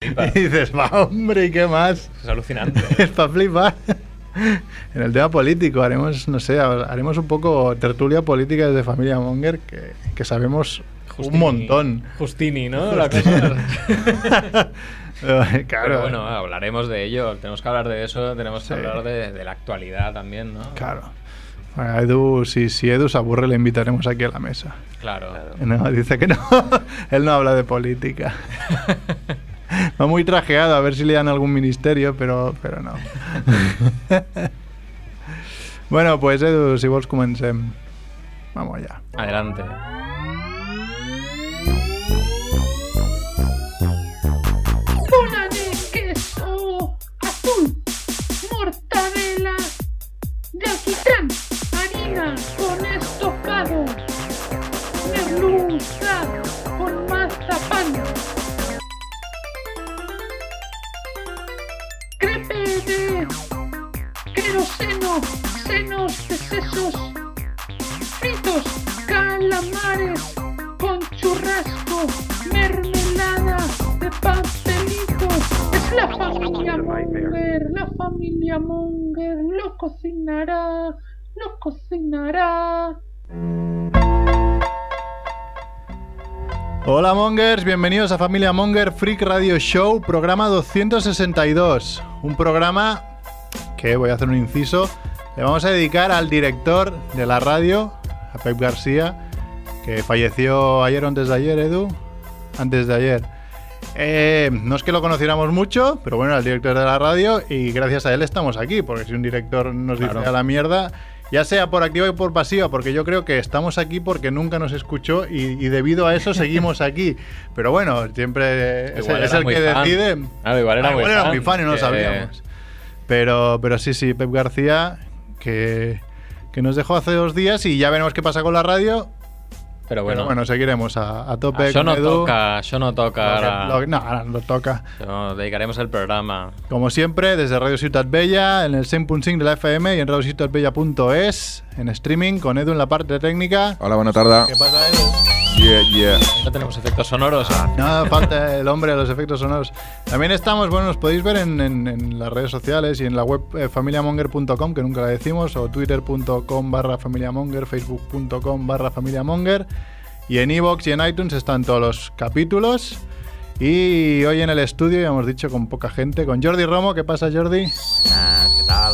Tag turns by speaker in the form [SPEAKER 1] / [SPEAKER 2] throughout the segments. [SPEAKER 1] flipa.
[SPEAKER 2] Y dices, va, hombre, ¿y qué más?
[SPEAKER 1] Es alucinante.
[SPEAKER 2] es para flipar. En el tema político haremos, no sé, haremos un poco tertulia política desde Familia Monger, que, que sabemos
[SPEAKER 1] Justini-
[SPEAKER 2] un montón.
[SPEAKER 1] Justini, ¿no? La cosa.
[SPEAKER 2] Pero, claro.
[SPEAKER 1] Pero bueno, hablaremos de ello. Tenemos que hablar de eso. Tenemos
[SPEAKER 2] Sí.
[SPEAKER 1] que hablar de, de la actualidad también, ¿no?
[SPEAKER 2] Claro. Bueno, Edu, si, si Edu se aburre, le invitaremos aquí a la mesa.
[SPEAKER 1] Claro.
[SPEAKER 2] No, dice que no. Él no habla de política. Va muy trajeado, a ver si le dan algún ministerio, pero, pero no. bueno, pues Edu, si vos comencem. Vamos allá.
[SPEAKER 1] Adelante.
[SPEAKER 3] bola de queso azul, mortadela de alquitrán, harina con estofado, merluza con mazapán, crepe de queroseno, senos de sesos, fritos, calamares con churrasco, mermelada de pastelitos. Es la familia Monger, la familia Monger lo cocinará, lo cocinará.
[SPEAKER 2] Hola Mongers, bienvenidos a Familia Monger Freak Radio Show, programa 262. Un programa que, voy a hacer un inciso, le vamos a dedicar al director de la radio, a Pep García, que falleció ayer o antes de ayer, Edu. Antes de ayer. Eh, no es que lo conociéramos mucho, pero bueno, era el director de la radio y gracias a él estamos aquí, porque si un director nos
[SPEAKER 1] Claro.
[SPEAKER 2] dice a la mierda, ya sea por activa y por pasiva, porque yo creo que estamos aquí porque nunca nos escuchó y, y debido a eso seguimos aquí. Pero bueno, siempre eh, es,
[SPEAKER 1] Igual
[SPEAKER 2] es
[SPEAKER 1] era
[SPEAKER 2] el
[SPEAKER 1] muy
[SPEAKER 2] que
[SPEAKER 1] fan.
[SPEAKER 2] decide.
[SPEAKER 1] Claro, igual era
[SPEAKER 2] Ah,
[SPEAKER 1] muy fan, Eh,
[SPEAKER 2] y no lo
[SPEAKER 1] que-
[SPEAKER 2] sabíamos. Pero, pero sí, sí, Pep García, que, que nos dejó hace dos días y ya veremos qué pasa con la radio.
[SPEAKER 1] Pero
[SPEAKER 2] Bueno,
[SPEAKER 1] bueno.
[SPEAKER 2] pero bueno
[SPEAKER 1] Ah,
[SPEAKER 2] seguiremos a, a tope.
[SPEAKER 1] yo
[SPEAKER 2] con
[SPEAKER 1] no
[SPEAKER 2] Edu.
[SPEAKER 1] toca, yo no
[SPEAKER 2] Lo que-
[SPEAKER 1] toca
[SPEAKER 2] lo que-
[SPEAKER 1] ahora.
[SPEAKER 2] no, ahora no lo toca.
[SPEAKER 1] Nos dedicaremos el programa.
[SPEAKER 2] Como siempre, desde Radio Ciutat Bella, en el 100.5 de la FM y en radiociutatbella.es, en streaming, con Edu en la parte técnica.
[SPEAKER 4] Hola, buena tarde.
[SPEAKER 2] ¿Qué pasa, Edu?
[SPEAKER 4] Yeah, yeah.
[SPEAKER 1] No tenemos efectos sonoros. Ah,
[SPEAKER 2] No, falta eh, el hombre de los efectos sonoros. También estamos, bueno, nos podéis ver en, en- en las redes sociales y en la web eh, familiamonger.com, que nunca la decimos, o twitter.com barra familiamonger, facebook.com barra familiamonger. Y en iVoox y en iTunes están todos los capítulos. Y hoy en el estudio, ya hemos dicho, con poca gente, con Jordi Romo. ¿Qué pasa, Jordi?
[SPEAKER 5] ¿Qué tal?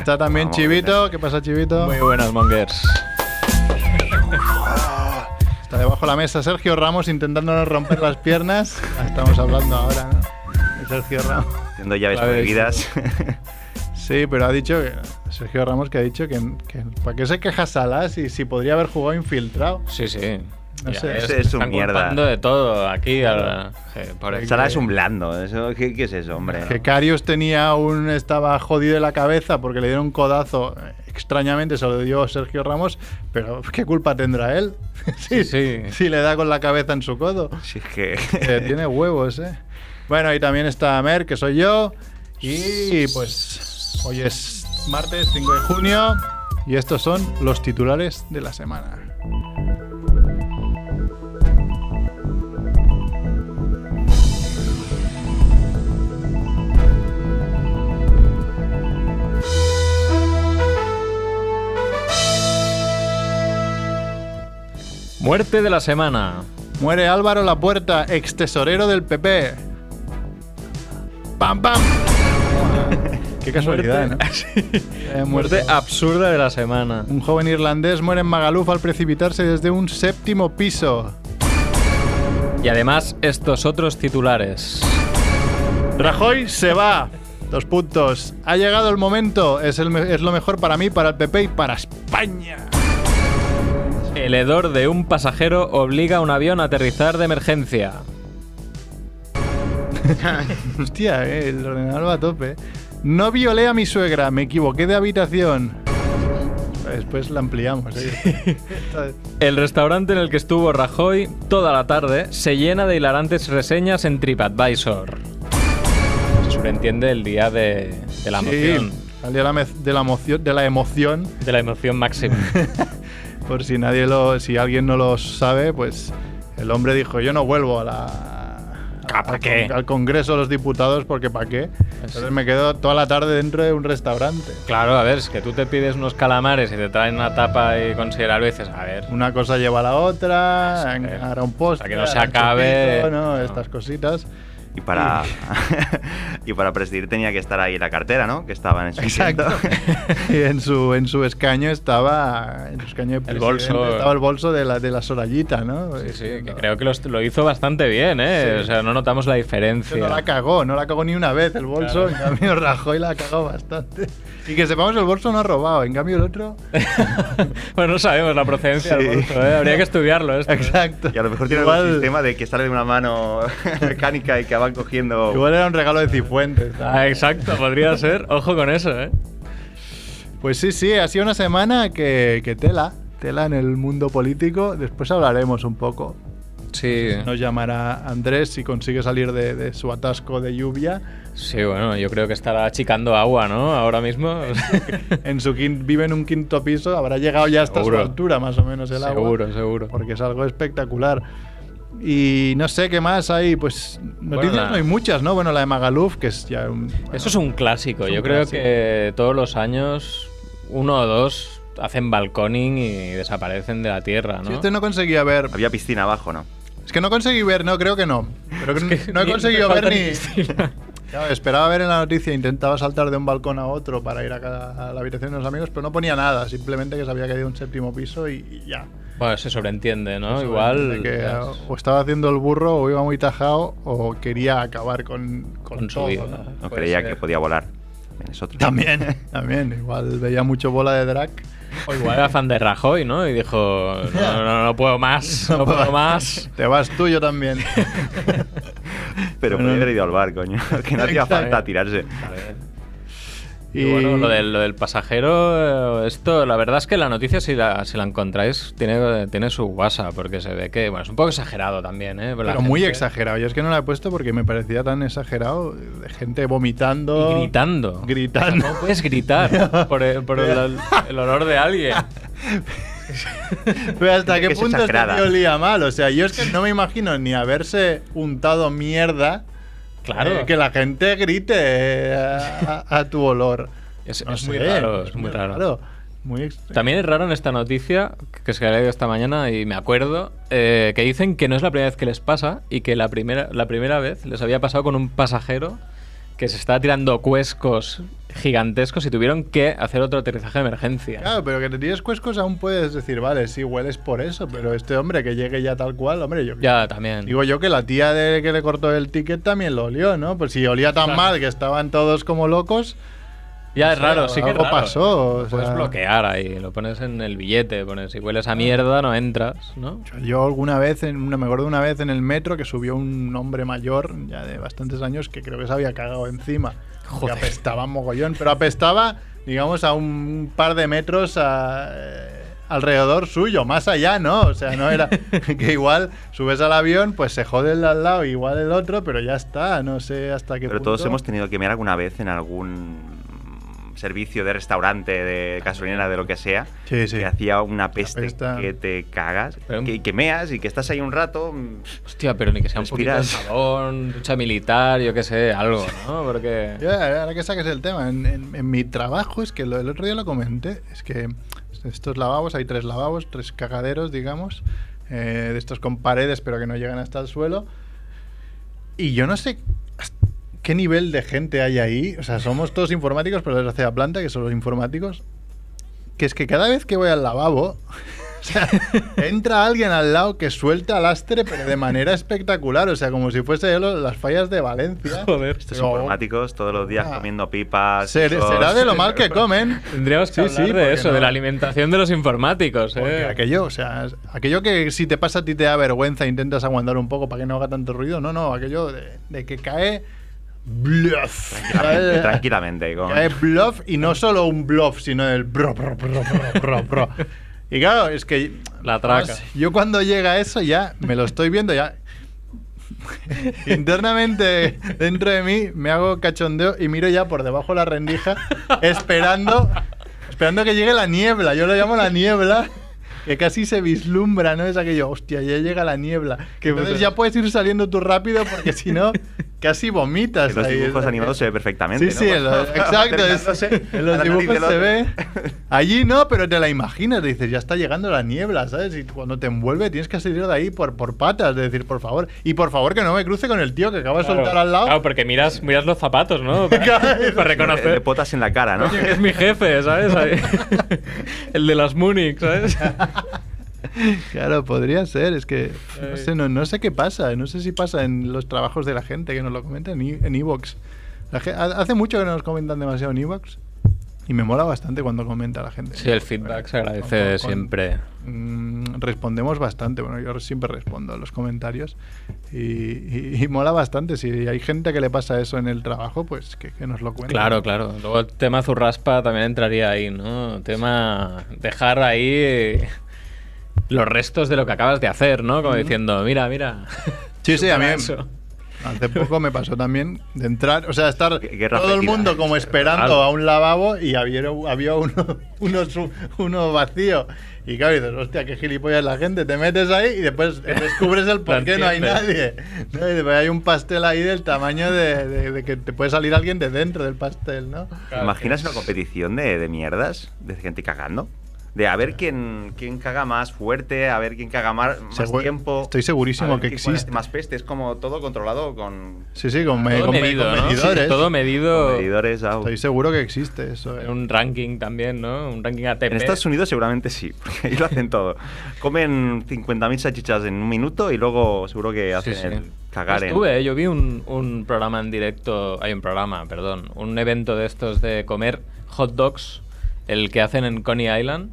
[SPEAKER 2] Está también
[SPEAKER 5] Vamos,
[SPEAKER 2] Chivito. ¿Qué pasa, Chivito?
[SPEAKER 1] buenas, Mongers.
[SPEAKER 2] Está debajo de la mesa Sergio Ramos intentándonos romper las piernas. Ah, Estamos hablando ahora, ¿no? De Sergio Ramos.
[SPEAKER 5] Haciendo llaves
[SPEAKER 1] Vale,
[SPEAKER 5] prohibidas.
[SPEAKER 2] Sí, pero ha dicho que- Sergio Ramos que ha dicho que, que ¿para qué se queja Salah si, si podría haber jugado infiltrado?
[SPEAKER 1] Sí, sí.
[SPEAKER 2] No
[SPEAKER 1] Ya
[SPEAKER 2] sé.
[SPEAKER 1] ves,
[SPEAKER 5] Ese es un
[SPEAKER 1] están
[SPEAKER 5] mierda.
[SPEAKER 1] culpando de todo aquí. al- je, pobre-
[SPEAKER 5] Sala es un blando. Eso, ¿qué, qué es eso, hombre?
[SPEAKER 2] Que Carius tenía un estaba jodido de la cabeza porque le dieron un codazo. eh, Extrañamente se lo dio Sergio Ramos, pero ¿qué culpa tendrá él?
[SPEAKER 1] Sí,
[SPEAKER 2] Sí,
[SPEAKER 1] sí.
[SPEAKER 2] Si le da con la cabeza en su codo.
[SPEAKER 5] Si es que.
[SPEAKER 2] Eh, tiene huevos, ¿eh? Bueno, y también está Mer, que soy yo. Y pues hoy es martes 5 de junio y estos son los titulares de la semana.
[SPEAKER 1] Muerte de la semana.
[SPEAKER 2] Muere Álvaro Lapuerta, ex tesorero del PP. ¡Pam, pam! Qué casualidad, ¿no? Eh,
[SPEAKER 1] Muerte
[SPEAKER 2] muerte.
[SPEAKER 1] absurda de la semana.
[SPEAKER 2] Un joven irlandés muere en Magaluf al precipitarse desde un séptimo piso.
[SPEAKER 1] Y además estos otros titulares.
[SPEAKER 2] Rajoy se va. Dos puntos. Ha llegado el momento. Es, el me- es lo mejor para mí, para el PP y para España.
[SPEAKER 1] El hedor de un pasajero obliga a un avión a aterrizar de emergencia.
[SPEAKER 2] Hostia, eh, el ordenador va a tope. No violé a mi suegra, me equivoqué de habitación. Después la ampliamos. eh.
[SPEAKER 1] El restaurante en el que estuvo Rajoy toda la tarde se llena de hilarantes reseñas en TripAdvisor. Se sobreentiende el día de, de la
[SPEAKER 2] Sí,
[SPEAKER 1] emoción.
[SPEAKER 2] al día de la, mez- de la moción- de la emoción.
[SPEAKER 1] De la emoción máxima.
[SPEAKER 2] Por si nadie lo, si alguien no lo sabe, pues El hombre dijo, yo no vuelvo a la...
[SPEAKER 1] Ah, ¿pa'
[SPEAKER 2] al
[SPEAKER 1] qué? Ah,
[SPEAKER 2] con- Al Congreso de los Diputados porque ¿para qué? Entonces me quedo toda la tarde dentro de un restaurante.
[SPEAKER 1] Claro, a ver, es que tú te pides unos calamares y te traen una tapa y considerable y dices, a ver,
[SPEAKER 2] Una cosa lleva a la otra,
[SPEAKER 1] Sí, sí.
[SPEAKER 2] ahora un postre,
[SPEAKER 1] Para que no se
[SPEAKER 2] ahora un
[SPEAKER 1] acabe.
[SPEAKER 2] chupito, ¿no?
[SPEAKER 1] No.
[SPEAKER 2] Estas cositas.
[SPEAKER 5] Y para, y para presidir tenía que estar ahí la cartera, ¿no? Que estaba en ese
[SPEAKER 2] Exacto. y en su, en su escaño estaba en su escaño de
[SPEAKER 1] El
[SPEAKER 2] presidente
[SPEAKER 1] bolso.
[SPEAKER 2] estaba el bolso de la, de la Sorayita, ¿no?
[SPEAKER 1] sí, sí, que
[SPEAKER 2] Diciendo,
[SPEAKER 1] creo que los- lo hizo bastante bien, ¿eh?
[SPEAKER 2] Sí.
[SPEAKER 1] O sea, no notamos la diferencia.
[SPEAKER 2] "Esto no la cagó, no la cagó ni una vez el bolso,
[SPEAKER 1] Claro.
[SPEAKER 2] en cambio Rajoy la ha cagado bastante. Y que sepamos el bolso no ha robado, en cambio el otro...
[SPEAKER 1] bueno, no sabemos la procedencia del
[SPEAKER 5] Sí.
[SPEAKER 1] bolso, ¿eh? Habría que estudiarlo esto. ¿eh?
[SPEAKER 2] Exacto.
[SPEAKER 5] Y a lo mejor tiene
[SPEAKER 2] Igual-
[SPEAKER 5] un sistema de que sale de una mano mecánica y que van cogiendo.
[SPEAKER 2] Igual era un regalo de Cifuentes. ¿no?
[SPEAKER 1] Ah, exacto, podría ser. Ojo con eso, ¿eh?
[SPEAKER 2] Pues sí, sí, ha sido una semana que, que tela, tela en el mundo político. Después hablaremos un poco.
[SPEAKER 1] Sí.
[SPEAKER 2] Nos llamará Andrés si consigue salir de, de su atasco de lluvia.
[SPEAKER 1] Sí, bueno, yo creo que estará achicando agua, ¿no? Ahora mismo.
[SPEAKER 2] En su quin- vive en un quinto piso, habrá llegado ya hasta
[SPEAKER 1] Seguro.
[SPEAKER 2] su altura más o menos el agua.
[SPEAKER 1] seguro, seguro.
[SPEAKER 2] Porque es algo espectacular. Y no sé qué más hay, pues noticias
[SPEAKER 1] la-
[SPEAKER 2] no hay muchas, ¿no? Bueno, la de Magaluf, que es ya un...
[SPEAKER 1] Eso es un clásico.
[SPEAKER 2] Es un
[SPEAKER 1] yo
[SPEAKER 2] clásico.
[SPEAKER 1] creo que todos los años, uno o dos hacen balconing y desaparecen de la tierra, ¿no?
[SPEAKER 2] Si usted este no conseguía ver...
[SPEAKER 5] Había piscina abajo, ¿no?
[SPEAKER 2] Es que no conseguí ver, no, creo que no. Pero que
[SPEAKER 1] Es que
[SPEAKER 2] no he
[SPEAKER 1] ni-
[SPEAKER 2] conseguido
[SPEAKER 1] no
[SPEAKER 2] ver
[SPEAKER 1] falta
[SPEAKER 2] ni...
[SPEAKER 1] piscina.
[SPEAKER 2] Claro, esperaba ver en la noticia, intentaba saltar de un balcón a otro para ir a, cada- a la habitación de unos amigos, pero no ponía nada, simplemente que se había caído un séptimo piso y, y ya.
[SPEAKER 1] Bueno, se sobreentiende, ¿no?
[SPEAKER 2] Sobre
[SPEAKER 1] Igual.
[SPEAKER 2] que,
[SPEAKER 1] ya,
[SPEAKER 2] eh, o estaba haciendo el burro, o iba muy tajado, o quería acabar con, con,
[SPEAKER 1] Con su
[SPEAKER 2] todo,
[SPEAKER 1] vida.
[SPEAKER 2] ¿no?
[SPEAKER 5] No
[SPEAKER 1] Puede
[SPEAKER 5] creía
[SPEAKER 1] ser.
[SPEAKER 5] que podía volar. También es otro.
[SPEAKER 2] También, también, igual veía mucho bola de drag.
[SPEAKER 1] o igual era fan de Rajoy, ¿no? Y dijo: No, no, no puedo más, no puedo más.
[SPEAKER 2] Te vas tú, yo también.
[SPEAKER 5] Pero
[SPEAKER 2] Bueno.
[SPEAKER 5] podía haber ido al bar, coño. Que no hacía
[SPEAKER 2] Exacto.
[SPEAKER 5] falta tirarse.
[SPEAKER 1] Y bueno, lo del, lo del pasajero, eh, esto, la verdad es que la noticia, si la, si la encontráis, tiene, tiene su WhatsApp, porque se ve que, bueno, es un poco exagerado también, ¿eh? La
[SPEAKER 2] Pero muy
[SPEAKER 1] gente-
[SPEAKER 2] exagerado. Yo es que no la he puesto porque me parecía tan exagerado. De gente
[SPEAKER 1] Y
[SPEAKER 2] vomitando.
[SPEAKER 1] gritando.
[SPEAKER 2] Gritando.
[SPEAKER 1] ¿Cómo puedes gritar por, el- por el, el olor de alguien?
[SPEAKER 2] Pero hasta qué
[SPEAKER 5] que es
[SPEAKER 2] punto este
[SPEAKER 5] exagerada.
[SPEAKER 2] tío olía mal. O sea, yo es que no me imagino ni haberse untado mierda.
[SPEAKER 1] Claro.
[SPEAKER 2] eh, que la gente grite eh, a, a tu olor.
[SPEAKER 1] Es,
[SPEAKER 2] No
[SPEAKER 1] es muy
[SPEAKER 2] sé,
[SPEAKER 1] raro, es muy raro.
[SPEAKER 2] Muy extraño.
[SPEAKER 1] También es raro en esta noticia, que se ha leído esta mañana y me acuerdo, eh, que dicen que no es la primera vez que les pasa y que la primera, la primera vez les había pasado con un pasajero que se estaba tirando cuescos gigantescos y tuvieron que hacer otro aterrizaje de emergencia.
[SPEAKER 2] Claro, pero que te tires cuescos aún puedes decir, vale, sí, hueles por eso, pero este hombre que llegue ya tal cual, hombre, yo
[SPEAKER 1] Ya, también.
[SPEAKER 2] digo yo que la tía de que le cortó el ticket también lo olió, ¿no? Pues si olía tan
[SPEAKER 1] Claro.
[SPEAKER 2] mal que estaban todos como locos,
[SPEAKER 1] ya es
[SPEAKER 2] o sea,
[SPEAKER 1] raro, sí que es
[SPEAKER 2] algo
[SPEAKER 1] raro.
[SPEAKER 2] pasó, o
[SPEAKER 1] Lo Puedes
[SPEAKER 2] sea.
[SPEAKER 1] bloquear ahí, lo pones en el billete, pones si hueles a mierda no entras, ¿no?
[SPEAKER 2] Yo alguna vez, en una, me acuerdo una vez en el metro que subió un hombre mayor, ya de bastantes años, que creo que se había cagado encima.
[SPEAKER 1] Joder.
[SPEAKER 2] Que apestaba mogollón, pero apestaba, digamos, a un par de metros a- eh, alrededor suyo, más allá, ¿no? O sea, no era que igual subes al avión, pues se jode el de al lado, igual el otro, pero ya está, no sé hasta qué
[SPEAKER 5] Pero
[SPEAKER 2] punto.
[SPEAKER 5] todos hemos tenido que mirar alguna vez en algún mm, servicio de restaurante, de gasolinera, de lo que sea,
[SPEAKER 2] Sí, sí.
[SPEAKER 5] que hacía una peste
[SPEAKER 2] pesta.
[SPEAKER 5] que te cagas,
[SPEAKER 1] Pero-
[SPEAKER 5] que, que meas y que estás ahí un rato. mm,
[SPEAKER 1] Hostia, pero ni que sea un poquito de
[SPEAKER 5] Respiras.
[SPEAKER 1] jabón, ducha militar, yo qué sé, algo, ¿no? Porque...
[SPEAKER 2] Ya, ahora que saques el tema, en, en- en mi trabajo es que lo, el otro día lo comenté, es que estos lavabos, hay tres lavabos, tres cagaderos, digamos, eh, de estos con paredes pero que no llegan hasta el suelo. Y yo no sé hasta qué nivel de gente hay ahí, o sea, somos todos informáticos, pero desde hacia la planta, que son los informáticos, que es que cada vez que voy al lavabo, o sea, entra alguien al lado que suelta lastre, pero de manera espectacular, o sea, como si fuese lo- las fallas de Valencia.
[SPEAKER 1] Joder,
[SPEAKER 5] Estos
[SPEAKER 2] Pero-
[SPEAKER 5] informáticos todos los días
[SPEAKER 2] Oh. Ah.
[SPEAKER 5] comiendo pipas.
[SPEAKER 2] Ser-
[SPEAKER 5] chicos.
[SPEAKER 2] será de lo mal que comen.
[SPEAKER 1] Tendríamos que
[SPEAKER 2] Sí, sí,
[SPEAKER 1] hablar
[SPEAKER 2] porque
[SPEAKER 1] de eso,
[SPEAKER 2] no.
[SPEAKER 1] de la alimentación de los informáticos.
[SPEAKER 2] Porque
[SPEAKER 1] ¿eh?
[SPEAKER 2] aquello, o sea, aquello que si te pasa a ti te da vergüenza, intentas aguantar un poco para que no haga tanto ruido. No, no, aquello de, de que cae bluff.
[SPEAKER 5] Tranquilamente,
[SPEAKER 2] Cae-
[SPEAKER 5] tranquilamente, con-
[SPEAKER 2] Cae bluff y no solo un bluff, sino el bro, bro, bro, bro, bro, bro. Y claro, es que.
[SPEAKER 1] La traca.
[SPEAKER 2] Ah, Yo cuando llega eso ya me lo estoy viendo ya. Internamente, dentro de mí, me hago cachondeo y miro ya por debajo de la rendija, esperando, esperando que llegue la niebla. Yo lo llamo la niebla. que casi se vislumbra, ¿no? Es aquello, hostia, ya llega la niebla.
[SPEAKER 1] Qué
[SPEAKER 2] Entonces
[SPEAKER 1] brutal.
[SPEAKER 2] ya puedes ir saliendo tú rápido porque si no, casi vomitas.
[SPEAKER 5] En los
[SPEAKER 2] ahí. eh,
[SPEAKER 5] dibujos animados se ve perfectamente.
[SPEAKER 2] Sí, sí, en los- exacto. es- en los dibujos se ve. Allí no, pero te la imaginas. Dices, ya está llegando la niebla, ¿sabes? Y cuando te envuelve tienes que salir de ahí por, por patas. De decir, por favor. Y por favor que no me cruce con el tío que acaba de soltar al lado.
[SPEAKER 1] Claro, porque miras, miras los zapatos, ¿no? Para,
[SPEAKER 2] Claro.
[SPEAKER 1] para
[SPEAKER 5] Conocer. Le,
[SPEAKER 1] reconocer.
[SPEAKER 5] potas en la cara, ¿no?
[SPEAKER 1] Es mi jefe, ¿sabes? Ahí. El de las Munich, ¿sabes?
[SPEAKER 2] Claro, podría ser. Es que no
[SPEAKER 1] Ay.
[SPEAKER 2] sé, no, no sé qué pasa. No sé si pasa en los trabajos de la gente que nos lo comenta en i- en Evox. hace mucho que no nos comentan demasiado en Evox. Y me mola bastante cuando comenta la gente.
[SPEAKER 1] Sí, el feedback se agradece
[SPEAKER 2] Con- con-
[SPEAKER 1] siempre.
[SPEAKER 2] Mm, respondemos bastante. Bueno, yo siempre respondo a los comentarios. Y, y- y mola bastante. Si hay gente que le pasa eso en el trabajo, pues que, que nos lo cuente.
[SPEAKER 1] Claro, claro. Luego el tema zurraspa también entraría ahí, ¿no? Tema dejar ahí los restos de lo que acabas de hacer, ¿no? Como diciendo, mira, mira.
[SPEAKER 2] Sí, sí, a mí-
[SPEAKER 1] supera eso.
[SPEAKER 2] Hace poco me pasó también de entrar, o sea, estar
[SPEAKER 5] Guerra
[SPEAKER 2] todo el
[SPEAKER 5] fetida.
[SPEAKER 1] ¿eh?
[SPEAKER 2] mundo como esperando
[SPEAKER 1] Claro.
[SPEAKER 2] a un lavabo y había, había uno, uno, su- uno vacío. Y claro, dices, hostia, qué gilipollas la gente. Te metes ahí y después descubres el por
[SPEAKER 1] Lo
[SPEAKER 2] qué no hay nadie.
[SPEAKER 1] entiendes.
[SPEAKER 2] ¿no? Y después hay un pastel ahí del tamaño de, de- de que te puede salir alguien de dentro del pastel, ¿no?
[SPEAKER 5] ¿Te imaginas una competición de, de mierdas? De gente cagando. De a ver quién, quién caga más fuerte, a ver quién caga más, más
[SPEAKER 2] Seguro-
[SPEAKER 5] tiempo.
[SPEAKER 2] estoy segurísimo
[SPEAKER 5] a ver
[SPEAKER 2] que
[SPEAKER 5] quién pone
[SPEAKER 2] existe.
[SPEAKER 5] Más peste, es como todo controlado con
[SPEAKER 2] Sí, sí, con, me-
[SPEAKER 1] Todo
[SPEAKER 2] con me-
[SPEAKER 1] medido,
[SPEAKER 2] con
[SPEAKER 1] ¿no?
[SPEAKER 2] medidores.
[SPEAKER 1] Sí, todo medido.
[SPEAKER 5] medidores. au.
[SPEAKER 2] Estoy seguro que existe eso. eh.
[SPEAKER 1] Un ranking también, ¿no? Un ranking ATP.
[SPEAKER 5] En Estados Unidos seguramente sí, porque ahí lo hacen todo. Comen 50.000 salchichas en un minuto y luego seguro que hacen
[SPEAKER 1] Sí, sí.
[SPEAKER 5] el cagar en...
[SPEAKER 1] Estuve, ¿eh? yo vi un, un programa en directo, hay un programa, perdón, un evento de estos de comer hot dogs, el que hacen en Coney Island.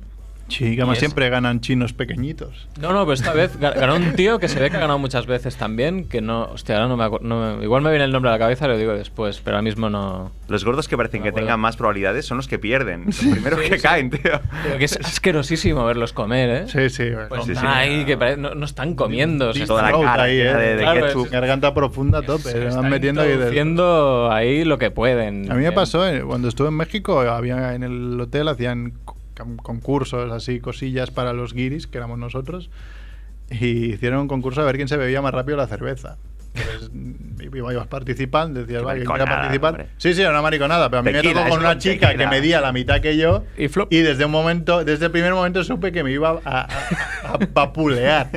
[SPEAKER 2] Sí, que además
[SPEAKER 1] Y es-
[SPEAKER 2] siempre ganan chinos pequeñitos.
[SPEAKER 1] No, no, pero esta vez ga- ganó un tío que se ve que ha ganado muchas veces también, que no, hostia, ahora no me acuerdo, igual me viene el nombre a la cabeza, lo digo después, pero ahora mismo no.
[SPEAKER 5] Los gordos que parecen
[SPEAKER 1] Me
[SPEAKER 5] que
[SPEAKER 1] acuerdo.
[SPEAKER 5] tengan más probabilidades son los que pierden. Los primeros que caen, tío.
[SPEAKER 1] Pero que es asquerosísimo verlos comer, ¿eh?
[SPEAKER 2] Sí, sí.
[SPEAKER 1] Pues
[SPEAKER 5] Sí, sí.
[SPEAKER 1] están ahí, que pare- no, no están comiendo, se
[SPEAKER 5] Toda
[SPEAKER 1] están
[SPEAKER 5] la
[SPEAKER 2] Throat
[SPEAKER 5] cara
[SPEAKER 2] ahí,
[SPEAKER 5] llena
[SPEAKER 2] ¿eh?
[SPEAKER 5] de, de
[SPEAKER 1] Claro,
[SPEAKER 5] ketchup.
[SPEAKER 1] es-
[SPEAKER 2] Garganta profunda a tope. Se van
[SPEAKER 1] están
[SPEAKER 2] metiendo ahí del-
[SPEAKER 1] introduciendo ahí lo que pueden.
[SPEAKER 2] A mí me
[SPEAKER 1] Eh,
[SPEAKER 2] pasó, eh, cuando estuve en México, había en el hotel hacían co- cam- concursos así, cosillas para los guiris, que éramos nosotros, y hicieron un concurso a ver quién se bebía más rápido la cerveza. Entonces, i- ibas participando, decías,
[SPEAKER 5] Qué
[SPEAKER 2] vale, quiera
[SPEAKER 5] mariconada,
[SPEAKER 2] participar.
[SPEAKER 5] hombre.
[SPEAKER 2] Sí, sí, era una mariconada, pero a mí me
[SPEAKER 5] Tequila,
[SPEAKER 2] tocó con
[SPEAKER 5] eso
[SPEAKER 2] una
[SPEAKER 5] con
[SPEAKER 2] chica que
[SPEAKER 5] tequila.
[SPEAKER 2] medía la mitad que yo,
[SPEAKER 1] Y flop.
[SPEAKER 2] desde un momento, desde el primer momento supe que me iba a, a- a papulear.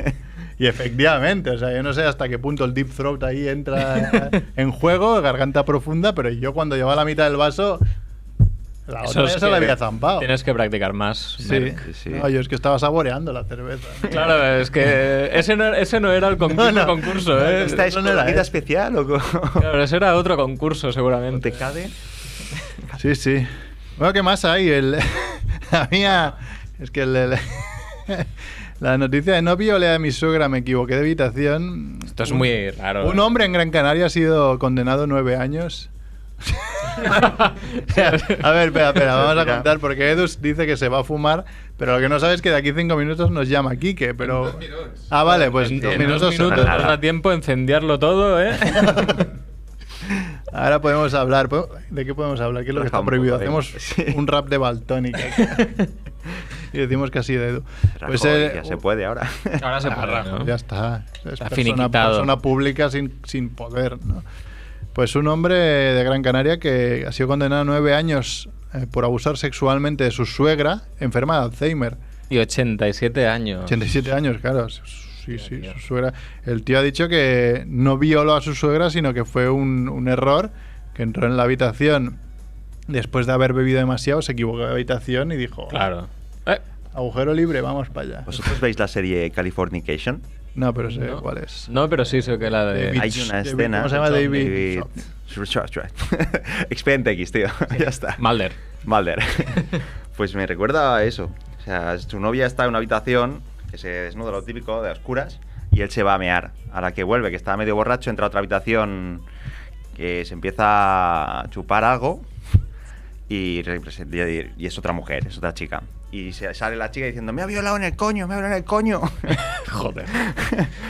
[SPEAKER 2] Y efectivamente, o sea, yo no sé hasta qué punto el deep throat ahí entra en juego, garganta profunda, pero yo cuando llevaba la mitad del vaso, la
[SPEAKER 1] Eso
[SPEAKER 2] otra
[SPEAKER 1] es
[SPEAKER 2] ya se la
[SPEAKER 1] que
[SPEAKER 2] había zampado.
[SPEAKER 1] Tienes que practicar más.
[SPEAKER 2] Sí.
[SPEAKER 1] Merck.
[SPEAKER 5] Sí.
[SPEAKER 2] No, yo es que estaba saboreando la cerveza.
[SPEAKER 1] Claro, es que ese no, ese no era el concurso,
[SPEAKER 2] No, no.
[SPEAKER 1] concurso, ¿eh?
[SPEAKER 5] ¿Esta es
[SPEAKER 2] Eso no
[SPEAKER 5] una
[SPEAKER 2] era,
[SPEAKER 5] vida
[SPEAKER 2] ¿eh?
[SPEAKER 5] especial o co-
[SPEAKER 1] Claro, ese era otro concurso,
[SPEAKER 5] o
[SPEAKER 1] seguramente.
[SPEAKER 5] te cade?
[SPEAKER 2] Sí, sí. Bueno, ¿qué más hay? El, la mía. Es que el- el- la noticia de no violé a mi suegra, me equivoqué de habitación.
[SPEAKER 1] Esto es muy raro.
[SPEAKER 2] Un hombre en Gran Canaria ha sido condenado a nueve años. A ver, espera, espera, vamos a contar porque Edu dice que se va a fumar, pero lo que no sabes es que de aquí cinco minutos nos llama Quique, pero... Ah, vale, pues
[SPEAKER 1] En
[SPEAKER 2] dos
[SPEAKER 1] dos
[SPEAKER 2] minutos,
[SPEAKER 1] minutos nos
[SPEAKER 5] nada.
[SPEAKER 1] da tiempo a encendiarlo todo, ¿eh?
[SPEAKER 2] Ahora podemos hablar. ¿po- ¿De qué podemos hablar? ¿Qué es lo que está
[SPEAKER 5] Rafa, un
[SPEAKER 2] prohibido?
[SPEAKER 5] poco de-
[SPEAKER 2] Hacemos
[SPEAKER 5] sí.
[SPEAKER 2] un rap de Baltónica. y decimos que así de Edu.
[SPEAKER 5] Rajoy,
[SPEAKER 2] eh,
[SPEAKER 5] ya se puede ahora.
[SPEAKER 1] Ahora se parra, ¿no?
[SPEAKER 2] Ya está. Es persona,
[SPEAKER 1] Está finiquitado.
[SPEAKER 2] persona pública sin, sin poder. ¿no? Pues un hombre de Gran Canaria que ha sido condenado a nueve años eh, por abusar sexualmente de su suegra, enferma de Alzheimer.
[SPEAKER 1] Y 87 años.
[SPEAKER 2] 87 años, claro. Sí, sí, su suegra. El tío ha dicho que no violó a su suegra, sino que fue un, un error, que entró en la habitación después de haber bebido demasiado, se equivocó de habitación y dijo,
[SPEAKER 1] Claro. Eh,
[SPEAKER 2] agujero libre, vamos para allá.
[SPEAKER 5] ¿Vosotros veis la serie Californication?
[SPEAKER 2] No, pero sé
[SPEAKER 1] No.
[SPEAKER 2] cuál es.
[SPEAKER 1] No, pero sí sé que la
[SPEAKER 2] David.
[SPEAKER 1] de...
[SPEAKER 5] Hay una
[SPEAKER 2] David-
[SPEAKER 5] escena...
[SPEAKER 2] ¿cómo se llama? David-
[SPEAKER 5] David... Expediente X, tío. ya está.
[SPEAKER 1] Mulder.
[SPEAKER 5] Mulder. pues me recuerda a eso. O sea, su novia está en una habitación que se desnuda lo típico de a oscuras y él se va a mear. A la que vuelve, que está medio borracho, entra a otra habitación que se empieza a chupar algo y, representa- y es otra mujer, es otra chica. Y se sale la chica diciendo, me ha violado en el coño, me ha violado en el coño.
[SPEAKER 1] Joder.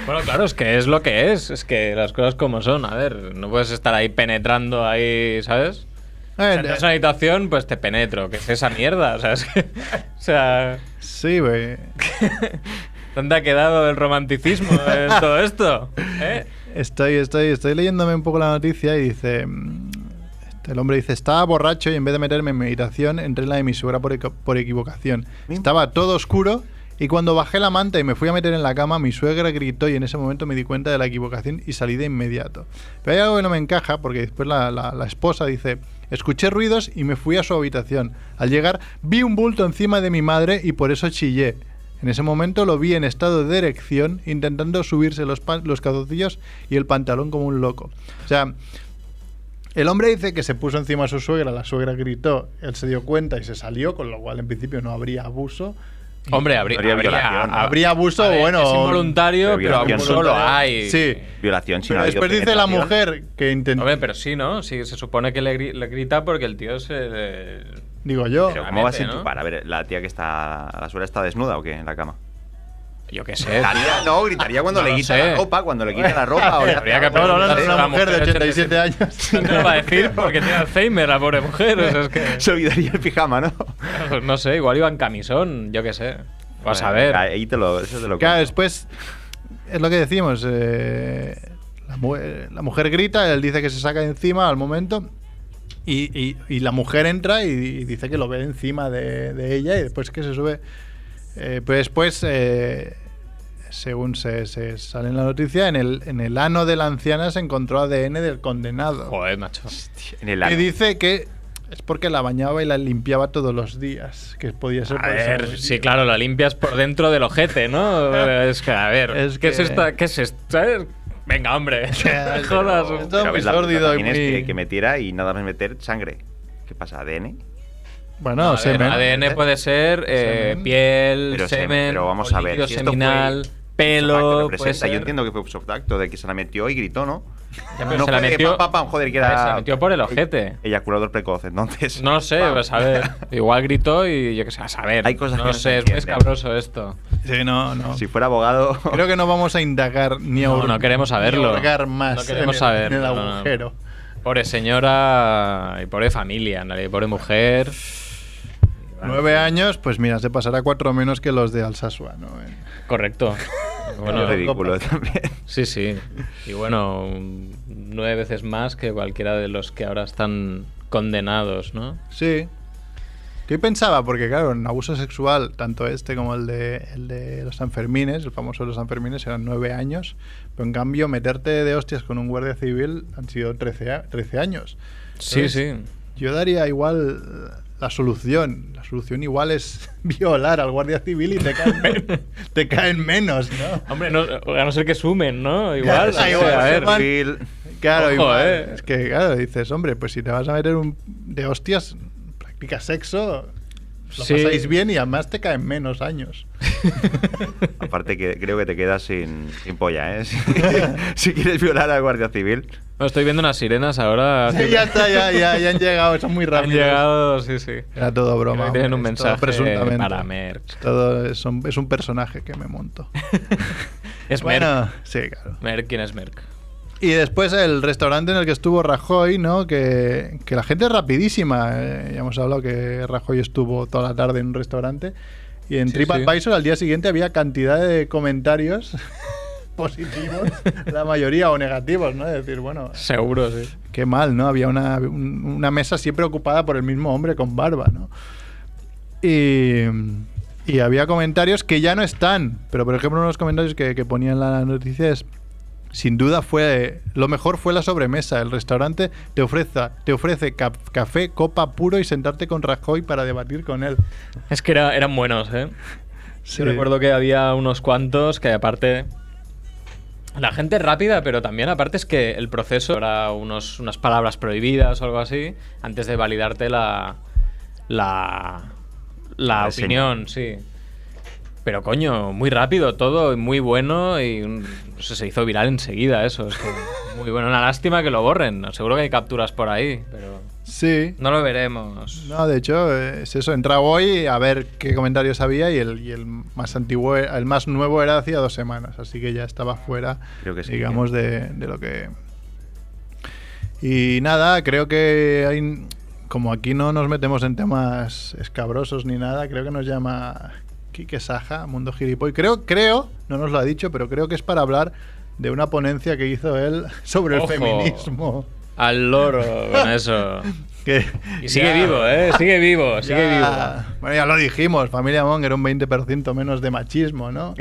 [SPEAKER 1] Bueno, claro, es que es lo que es. Es que las cosas como son. A ver, no puedes estar ahí penetrando ahí, ¿sabes?
[SPEAKER 2] Eh,
[SPEAKER 1] En esa habitación, pues te penetro, que es esa mierda. O sea, es que- o sea,
[SPEAKER 2] sí, güey.
[SPEAKER 1] ¿dónde ha quedado el romanticismo en todo esto? ¿Eh?
[SPEAKER 2] Estoy, estoy, estoy leyéndome un poco la noticia y dice. mm, este- El hombre dice, estaba borracho y en vez de meterme en meditación, entré en la de mi suegra por, equi- por equivocación.
[SPEAKER 5] Mim.
[SPEAKER 2] Estaba todo oscuro y cuando bajé la manta y me fui a meter en la cama, mi suegra gritó y en ese momento me di cuenta de la equivocación y salí de inmediato. Pero hay algo que no me encaja porque después la, la- la esposa dice, escuché ruidos y me fui a su habitación. Al llegar vi un bulto encima de mi madre y por eso chillé. En ese momento lo vi en estado de erección intentando subirse los, pan- los calzoncillos y el pantalón como un loco. O sea, el hombre dice que se puso encima a su suegra, la suegra gritó, él se dio cuenta y se salió, con lo cual en principio no habría abuso.
[SPEAKER 1] Hombre, habría,
[SPEAKER 5] Habría
[SPEAKER 1] habría,
[SPEAKER 5] violación, ¿no?
[SPEAKER 2] Habría abuso,
[SPEAKER 1] Ah, A ver,
[SPEAKER 2] bueno.
[SPEAKER 1] Es involuntario, pero,
[SPEAKER 5] pero violación
[SPEAKER 1] abuso lo
[SPEAKER 2] voluntaria.
[SPEAKER 1] hay.
[SPEAKER 2] Sí.
[SPEAKER 5] Violación sin
[SPEAKER 2] Pero
[SPEAKER 5] haber
[SPEAKER 2] después
[SPEAKER 5] habido
[SPEAKER 2] dice la
[SPEAKER 5] penetración.
[SPEAKER 2] mujer que intentó.
[SPEAKER 1] Hombre, pero sí, ¿no? Sí, se supone que le, gri- le grita porque el tío se. le-
[SPEAKER 2] Digo yo.
[SPEAKER 5] Pero ¿cómo vas a
[SPEAKER 1] ¿no?
[SPEAKER 5] enchufar? A ver, la tía que está. La suegra está desnuda o qué en la cama.
[SPEAKER 1] Yo qué sé.
[SPEAKER 5] Gritaría- no, gritaría cuando
[SPEAKER 1] No
[SPEAKER 5] le
[SPEAKER 1] lo
[SPEAKER 5] quita
[SPEAKER 1] sé.
[SPEAKER 5] la ropa, cuando le quita la ropa. o le hace
[SPEAKER 1] Habría que
[SPEAKER 5] algo,
[SPEAKER 2] Estamos hablando de
[SPEAKER 1] preguntarse
[SPEAKER 5] ¿eh?
[SPEAKER 2] una
[SPEAKER 1] Una
[SPEAKER 2] mujer de
[SPEAKER 1] mujer de
[SPEAKER 2] 87
[SPEAKER 1] No te lo va a
[SPEAKER 2] años.
[SPEAKER 1] decir porque tiene Alzheimer la pobre mujer. o sea, es que-
[SPEAKER 5] Se olvidaría el pijama, ¿no?
[SPEAKER 1] no sé, igual iba en camisón, yo qué sé. Vas Pues a ver.
[SPEAKER 5] Ahí te lo, eso te lo
[SPEAKER 2] Claro,
[SPEAKER 5] cuento.
[SPEAKER 2] después es lo que decimos. eh, la, mu- la mujer grita, él dice que se saca de encima al momento. Y, y- y la mujer entra y, y dice que lo ve encima de, de ella y después que se sube. Eh, pero después, eh, según se, se sale en la noticia, en el, en el ano de la anciana se encontró ADN del condenado.
[SPEAKER 1] Joder, macho.
[SPEAKER 5] En el
[SPEAKER 2] Y
[SPEAKER 5] ano.
[SPEAKER 2] dice que es porque la bañaba y la limpiaba todos los días. Que podía ser
[SPEAKER 1] A
[SPEAKER 2] por
[SPEAKER 1] ver,
[SPEAKER 2] eso.
[SPEAKER 1] sí, claro, lo limpias por dentro del ojete, ¿no? Es que, a ver,
[SPEAKER 2] Es
[SPEAKER 1] ¿qué es
[SPEAKER 2] que-
[SPEAKER 1] esta? ¿Qué es esto? ¿Sabes? Venga, hombre.
[SPEAKER 2] Pero-
[SPEAKER 1] Jodas.
[SPEAKER 2] Esto es
[SPEAKER 5] Pero
[SPEAKER 2] muy
[SPEAKER 5] ves, la puta
[SPEAKER 2] sórdido y
[SPEAKER 5] también es
[SPEAKER 2] muy-
[SPEAKER 5] que, que me tira y nada más meter sangre. ¿Qué pasa? ¿ADN?
[SPEAKER 2] Bueno,
[SPEAKER 1] A pues. ver,
[SPEAKER 2] semen.
[SPEAKER 1] ADN puede ser eh,
[SPEAKER 2] Semen.
[SPEAKER 1] piel,
[SPEAKER 5] Pero semen,
[SPEAKER 1] semen,
[SPEAKER 5] pero vamos a ver,
[SPEAKER 1] líquido
[SPEAKER 5] si esto fue
[SPEAKER 1] seminal,
[SPEAKER 5] Sofacto,
[SPEAKER 1] pelo.
[SPEAKER 5] representa.
[SPEAKER 1] puede ser.
[SPEAKER 5] Yo entiendo que fue sofacto, de que se la metió y gritó, ¿no?
[SPEAKER 1] Ya, pero
[SPEAKER 5] no
[SPEAKER 1] se la
[SPEAKER 5] fue de
[SPEAKER 1] metió-
[SPEAKER 5] pam, pam, pam, joder, que
[SPEAKER 1] A ver,
[SPEAKER 5] era
[SPEAKER 1] se la metió por el ojete.
[SPEAKER 5] Eyaculador precoz, entonces.
[SPEAKER 1] No lo sé,
[SPEAKER 5] Pam.
[SPEAKER 1] pues a ver. Igual gritó y yo qué sé, a saber.
[SPEAKER 5] Hay cosas
[SPEAKER 1] no
[SPEAKER 5] que
[SPEAKER 1] lo
[SPEAKER 5] no se
[SPEAKER 1] sé, es muy
[SPEAKER 5] entienden.
[SPEAKER 1] escabroso esto.
[SPEAKER 2] Sí, no, no.
[SPEAKER 5] Si fuera abogado.
[SPEAKER 2] Creo que no vamos a indagar ni a
[SPEAKER 1] No,
[SPEAKER 2] hur-
[SPEAKER 1] no queremos
[SPEAKER 2] ni a
[SPEAKER 1] saberlo.
[SPEAKER 2] hurgar más
[SPEAKER 1] No
[SPEAKER 2] en
[SPEAKER 1] queremos
[SPEAKER 2] el,
[SPEAKER 1] saberlo,
[SPEAKER 2] en el
[SPEAKER 1] no, no.
[SPEAKER 2] agujero.
[SPEAKER 1] Pobre señora y pobre familia, en realidad, y pobre mujer.
[SPEAKER 2] Nueve años, pues mira, se pasará cuatro menos que los de Alsasua, ¿no? Eh,
[SPEAKER 1] Correcto.
[SPEAKER 5] Bueno,
[SPEAKER 1] Bueno,
[SPEAKER 5] es ridículo también.
[SPEAKER 1] sí, sí. Y bueno, un- nueve veces más que cualquiera de los que ahora están condenados, ¿no?
[SPEAKER 2] Sí. Que hoy pensaba, porque claro, en abuso sexual, tanto este como el de, el de los Sanfermines, el famoso de los Sanfermines, eran nueve años, pero en cambio meterte de hostias con un guardia civil han sido 13, a- 13 años.
[SPEAKER 1] Sí, sí.
[SPEAKER 2] Yo daría igual la solución. La solución igual es violar al guardia civil y te caen, men- te caen menos, ¿no?
[SPEAKER 1] Hombre, no, a no ser que sumen, ¿no?
[SPEAKER 2] Claro,
[SPEAKER 1] Igual, o sea,
[SPEAKER 2] igual,
[SPEAKER 1] a ver.
[SPEAKER 2] suman.
[SPEAKER 5] Bill,
[SPEAKER 2] Claro,
[SPEAKER 1] Ojo,
[SPEAKER 2] igual.
[SPEAKER 1] eh.
[SPEAKER 2] Es que, claro, dices, hombre, pues si te vas a meter un de hostias, practicas sexo, lo
[SPEAKER 1] Sí.
[SPEAKER 2] pasáis bien y además te caen menos años.
[SPEAKER 5] Aparte que creo que te quedas sin, sin polla, ¿eh? Si, si quieres violar al guardia civil.
[SPEAKER 1] Bueno, estoy viendo unas sirenas ahora.
[SPEAKER 2] Sí, ya está, ya, ya, ya han llegado, son muy
[SPEAKER 1] Han
[SPEAKER 2] rápidos.
[SPEAKER 1] llegado, sí, sí.
[SPEAKER 2] Era todo broma.
[SPEAKER 1] Tienen
[SPEAKER 2] hombre,
[SPEAKER 1] un
[SPEAKER 2] es todo
[SPEAKER 1] mensaje
[SPEAKER 2] presuntamente.
[SPEAKER 1] para Merck.
[SPEAKER 2] Todo es, un, es un personaje que me monto.
[SPEAKER 1] Es
[SPEAKER 2] bueno,
[SPEAKER 1] Merck.
[SPEAKER 2] sí, claro.
[SPEAKER 1] Merck, ¿quién es Merck?
[SPEAKER 2] Y después el restaurante en el que estuvo Rajoy, ¿no? Que, que la gente es rapidísima. eh, Ya hemos hablado que Rajoy estuvo toda la tarde en un restaurante. Y en
[SPEAKER 1] Sí,
[SPEAKER 2] TripAdvisor al día siguiente había cantidad de comentarios positivos, la mayoría o negativos, ¿no? Es decir, bueno,
[SPEAKER 1] Seguro, sí.
[SPEAKER 2] qué mal, ¿no? Había una, un- una mesa siempre ocupada por el mismo hombre con barba, ¿no? Y, y había comentarios que ya no están, pero por ejemplo uno de los comentarios que, que ponía en la noticia es, sin duda fue, lo mejor fue la sobremesa, el restaurante te ofrece, te ofrece ca- café, copa puro y sentarte con Rajoy para debatir con él.
[SPEAKER 1] Es que era- eran buenos, ¿eh?
[SPEAKER 2] Sí.
[SPEAKER 1] Yo recuerdo que había unos cuantos que aparte... La gente es rápida, pero también aparte es que el proceso era unos, unas palabras prohibidas o algo así antes de validarte la... la... la
[SPEAKER 5] La reseña.
[SPEAKER 1] opinión, sí. Pero coño, muy rápido todo, y muy bueno y un- no sé, se hizo viral enseguida eso. es que muy bueno, una lástima que lo borren. Seguro que hay capturas por ahí, pero
[SPEAKER 2] Sí.
[SPEAKER 1] no lo veremos.
[SPEAKER 2] No, de hecho, eh, es eso. Entraba hoy a ver qué comentarios había y el, y el más antiguo, e- el más nuevo era hacía dos semanas, así que ya estaba fuera,
[SPEAKER 5] Creo que sí. ¿eh?
[SPEAKER 2] digamos, de, de lo que. Y nada, creo que hay- como aquí no nos metemos en temas escabrosos ni nada, creo que nos llama Quique Saja, Mundo Gilipoy. Creo, creo, no nos lo ha dicho, pero creo que es para hablar de una ponencia que hizo él sobre
[SPEAKER 1] Ojo.
[SPEAKER 2] el feminismo.
[SPEAKER 1] Al loro con eso.
[SPEAKER 2] Que
[SPEAKER 1] Y sigue
[SPEAKER 2] ya-
[SPEAKER 1] vivo, ¿eh? Sigue vivo, sigue
[SPEAKER 2] ya-
[SPEAKER 1] vivo.
[SPEAKER 2] Bueno, ya lo dijimos, familia Monger, un 20% menos de machismo, ¿no?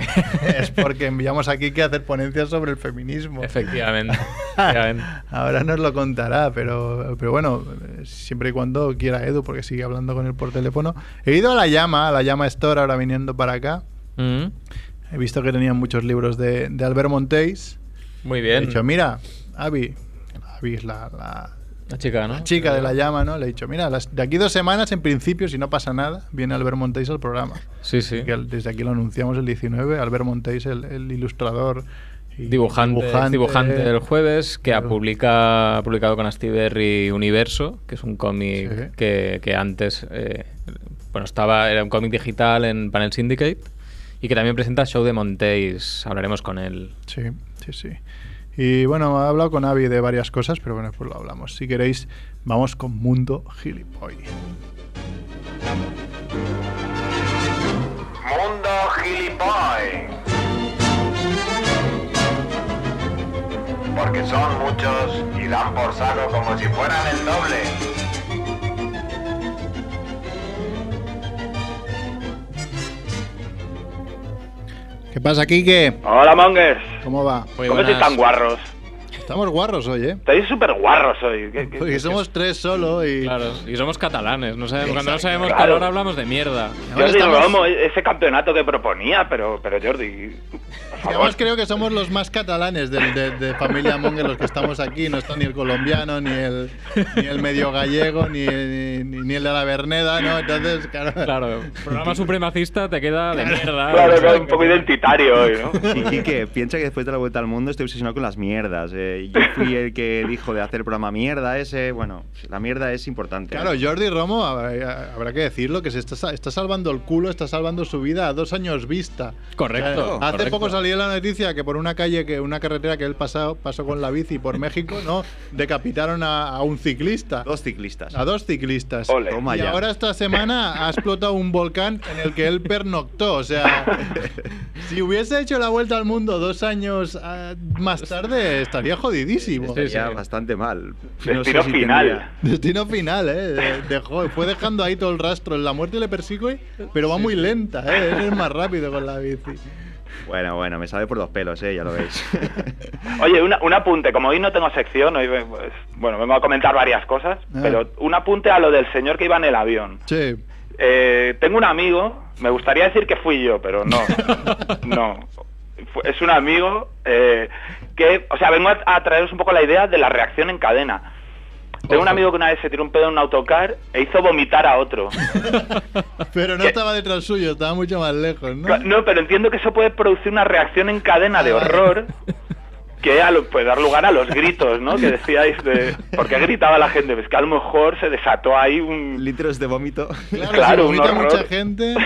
[SPEAKER 2] es porque enviamos a Quique a hacer ponencias sobre el feminismo.
[SPEAKER 1] Efectivamente. efectivamente.
[SPEAKER 2] Ahora nos lo contará, pero, pero bueno, eh, siempre y cuando quiera Edu, porque sigue hablando con él por teléfono. He ido a la llama, a la llama Store, ahora viniendo para acá.
[SPEAKER 1] Mm,
[SPEAKER 2] He visto que tenían muchos libros de, de Albert Montés.
[SPEAKER 1] Muy
[SPEAKER 2] He
[SPEAKER 1] bien.
[SPEAKER 2] dicho, mira, Avi, Avi es la, la-
[SPEAKER 1] La chica, ¿no?
[SPEAKER 2] la chica de la llama, ¿no? Le he dicho, mira, las- de aquí dos semanas, en principio, si no pasa nada, viene Albert Montés al programa.
[SPEAKER 1] Sí, sí.
[SPEAKER 2] Así que el- desde aquí lo anunciamos el 19. Albert Montés, el, el ilustrador. y
[SPEAKER 1] Dibujante, dibujante, del jueves que ha,
[SPEAKER 2] Claro.
[SPEAKER 1] publica, ha publicado con Astiberri Universo, que es un cómic
[SPEAKER 2] Sí.
[SPEAKER 1] que, que antes eh, bueno estaba era un cómic digital en Panel Syndicate y que también presenta Show de Montéis. Hablaremos con él.
[SPEAKER 2] Sí, sí, sí. Y bueno, he hablado con Avi de varias cosas, pero bueno, pues lo hablamos. Si queréis, vamos con Mundo Gilipoy.
[SPEAKER 4] Mundo Gilipoy. Porque son muchos y dan por saco como si fueran el doble.
[SPEAKER 2] ¿Qué pasa, Kike?
[SPEAKER 6] Hola, mongers.
[SPEAKER 2] ¿Cómo va?
[SPEAKER 1] Muy
[SPEAKER 6] ¿Cómo estáis
[SPEAKER 1] buenas.
[SPEAKER 6] tan guarros?
[SPEAKER 2] Estamos guarros hoy, ¿eh?
[SPEAKER 6] Estáis súper guarros hoy. ¿Qué- qué-
[SPEAKER 2] Porque somos tres solo y...
[SPEAKER 1] Claro, y somos catalanes. No sabemos, cuando no sabemos
[SPEAKER 6] Claro.
[SPEAKER 1] calor hablamos de mierda.
[SPEAKER 2] Ahora
[SPEAKER 6] Jordi
[SPEAKER 2] estamos-
[SPEAKER 6] Romo, ese campeonato que proponía, pero, pero Jordi, por
[SPEAKER 2] y
[SPEAKER 6] favor.
[SPEAKER 2] Además creo que somos los más catalanes del- de, de familia Monger los que estamos aquí. No está ni el colombiano, ni el, ni el medio gallego, ni, ni, ni el de la Berneda, ¿no? Entonces, claro...
[SPEAKER 1] Claro, programa supremacista te queda de mierda.
[SPEAKER 6] Claro, claro, un poco identitario hoy, ¿no?
[SPEAKER 5] Y Quique, piensa que después de la vuelta al mundo estoy obsesionado con las mierdas. eh. Yo fui el que dijo de hacer el programa mierda ese. Bueno, la mierda es importante.
[SPEAKER 2] Claro, Jordi Romo, habrá, habrá que decirlo, que se está, sa- está salvando el culo, está salvando su vida a dos años vista.
[SPEAKER 1] Correcto,
[SPEAKER 2] hace
[SPEAKER 1] correcto.
[SPEAKER 2] poco salía la noticia que por una calle, que una carretera que él pasó, pasó con la bici por México, no, decapitaron a, a un ciclista.
[SPEAKER 5] Dos ciclistas.
[SPEAKER 2] A dos ciclistas.
[SPEAKER 6] Ole.
[SPEAKER 5] Toma
[SPEAKER 2] Y
[SPEAKER 5] ya.
[SPEAKER 2] ahora esta semana ha explotado un volcán en el que él pernoctó. O sea, si hubiese hecho la vuelta al mundo dos años ah, más tarde, estaría jodidísimo.
[SPEAKER 1] Sí, sí.
[SPEAKER 5] Estaría bastante mal.
[SPEAKER 6] Destino final.
[SPEAKER 2] Destino final, ¿eh? De- dejó- fue dejando ahí todo el rastro. En la muerte le persigue, pero va muy lenta, ¿eh? Él es más rápido con la bici.
[SPEAKER 5] Bueno, bueno, me sabe por los pelos, eh, ya lo veis.
[SPEAKER 6] Oye, una- un apunte, como hoy no tengo sección, hoy ven- pues, bueno, vengo a comentar varias cosas,
[SPEAKER 2] Ah.
[SPEAKER 6] pero un apunte a lo del señor que iba en el avión.
[SPEAKER 2] Sí.
[SPEAKER 6] Eh, tengo un amigo, me gustaría decir que fui yo, pero no. no. Fu- Es un amigo eh, que, o sea, vengo a, a traeros un poco la idea de la reacción en cadena. Tengo un
[SPEAKER 1] Ojo.
[SPEAKER 6] amigo que una vez se tiró un pedo en un autocar e hizo vomitar a otro.
[SPEAKER 2] Pero no estaba detrás suyo, estaba mucho más lejos, ¿no?
[SPEAKER 6] Cla- No, pero entiendo que eso puede producir una reacción en cadena de horror que a lo- puede dar lugar a los gritos, ¿no? Que decíais de... ¿Por qué gritaba la gente? Pues que a lo mejor se desató ahí un...
[SPEAKER 5] Litros de vómito.
[SPEAKER 2] Claro,
[SPEAKER 6] claro,
[SPEAKER 2] si
[SPEAKER 6] un
[SPEAKER 2] vomita
[SPEAKER 6] horror.
[SPEAKER 2] mucha gente.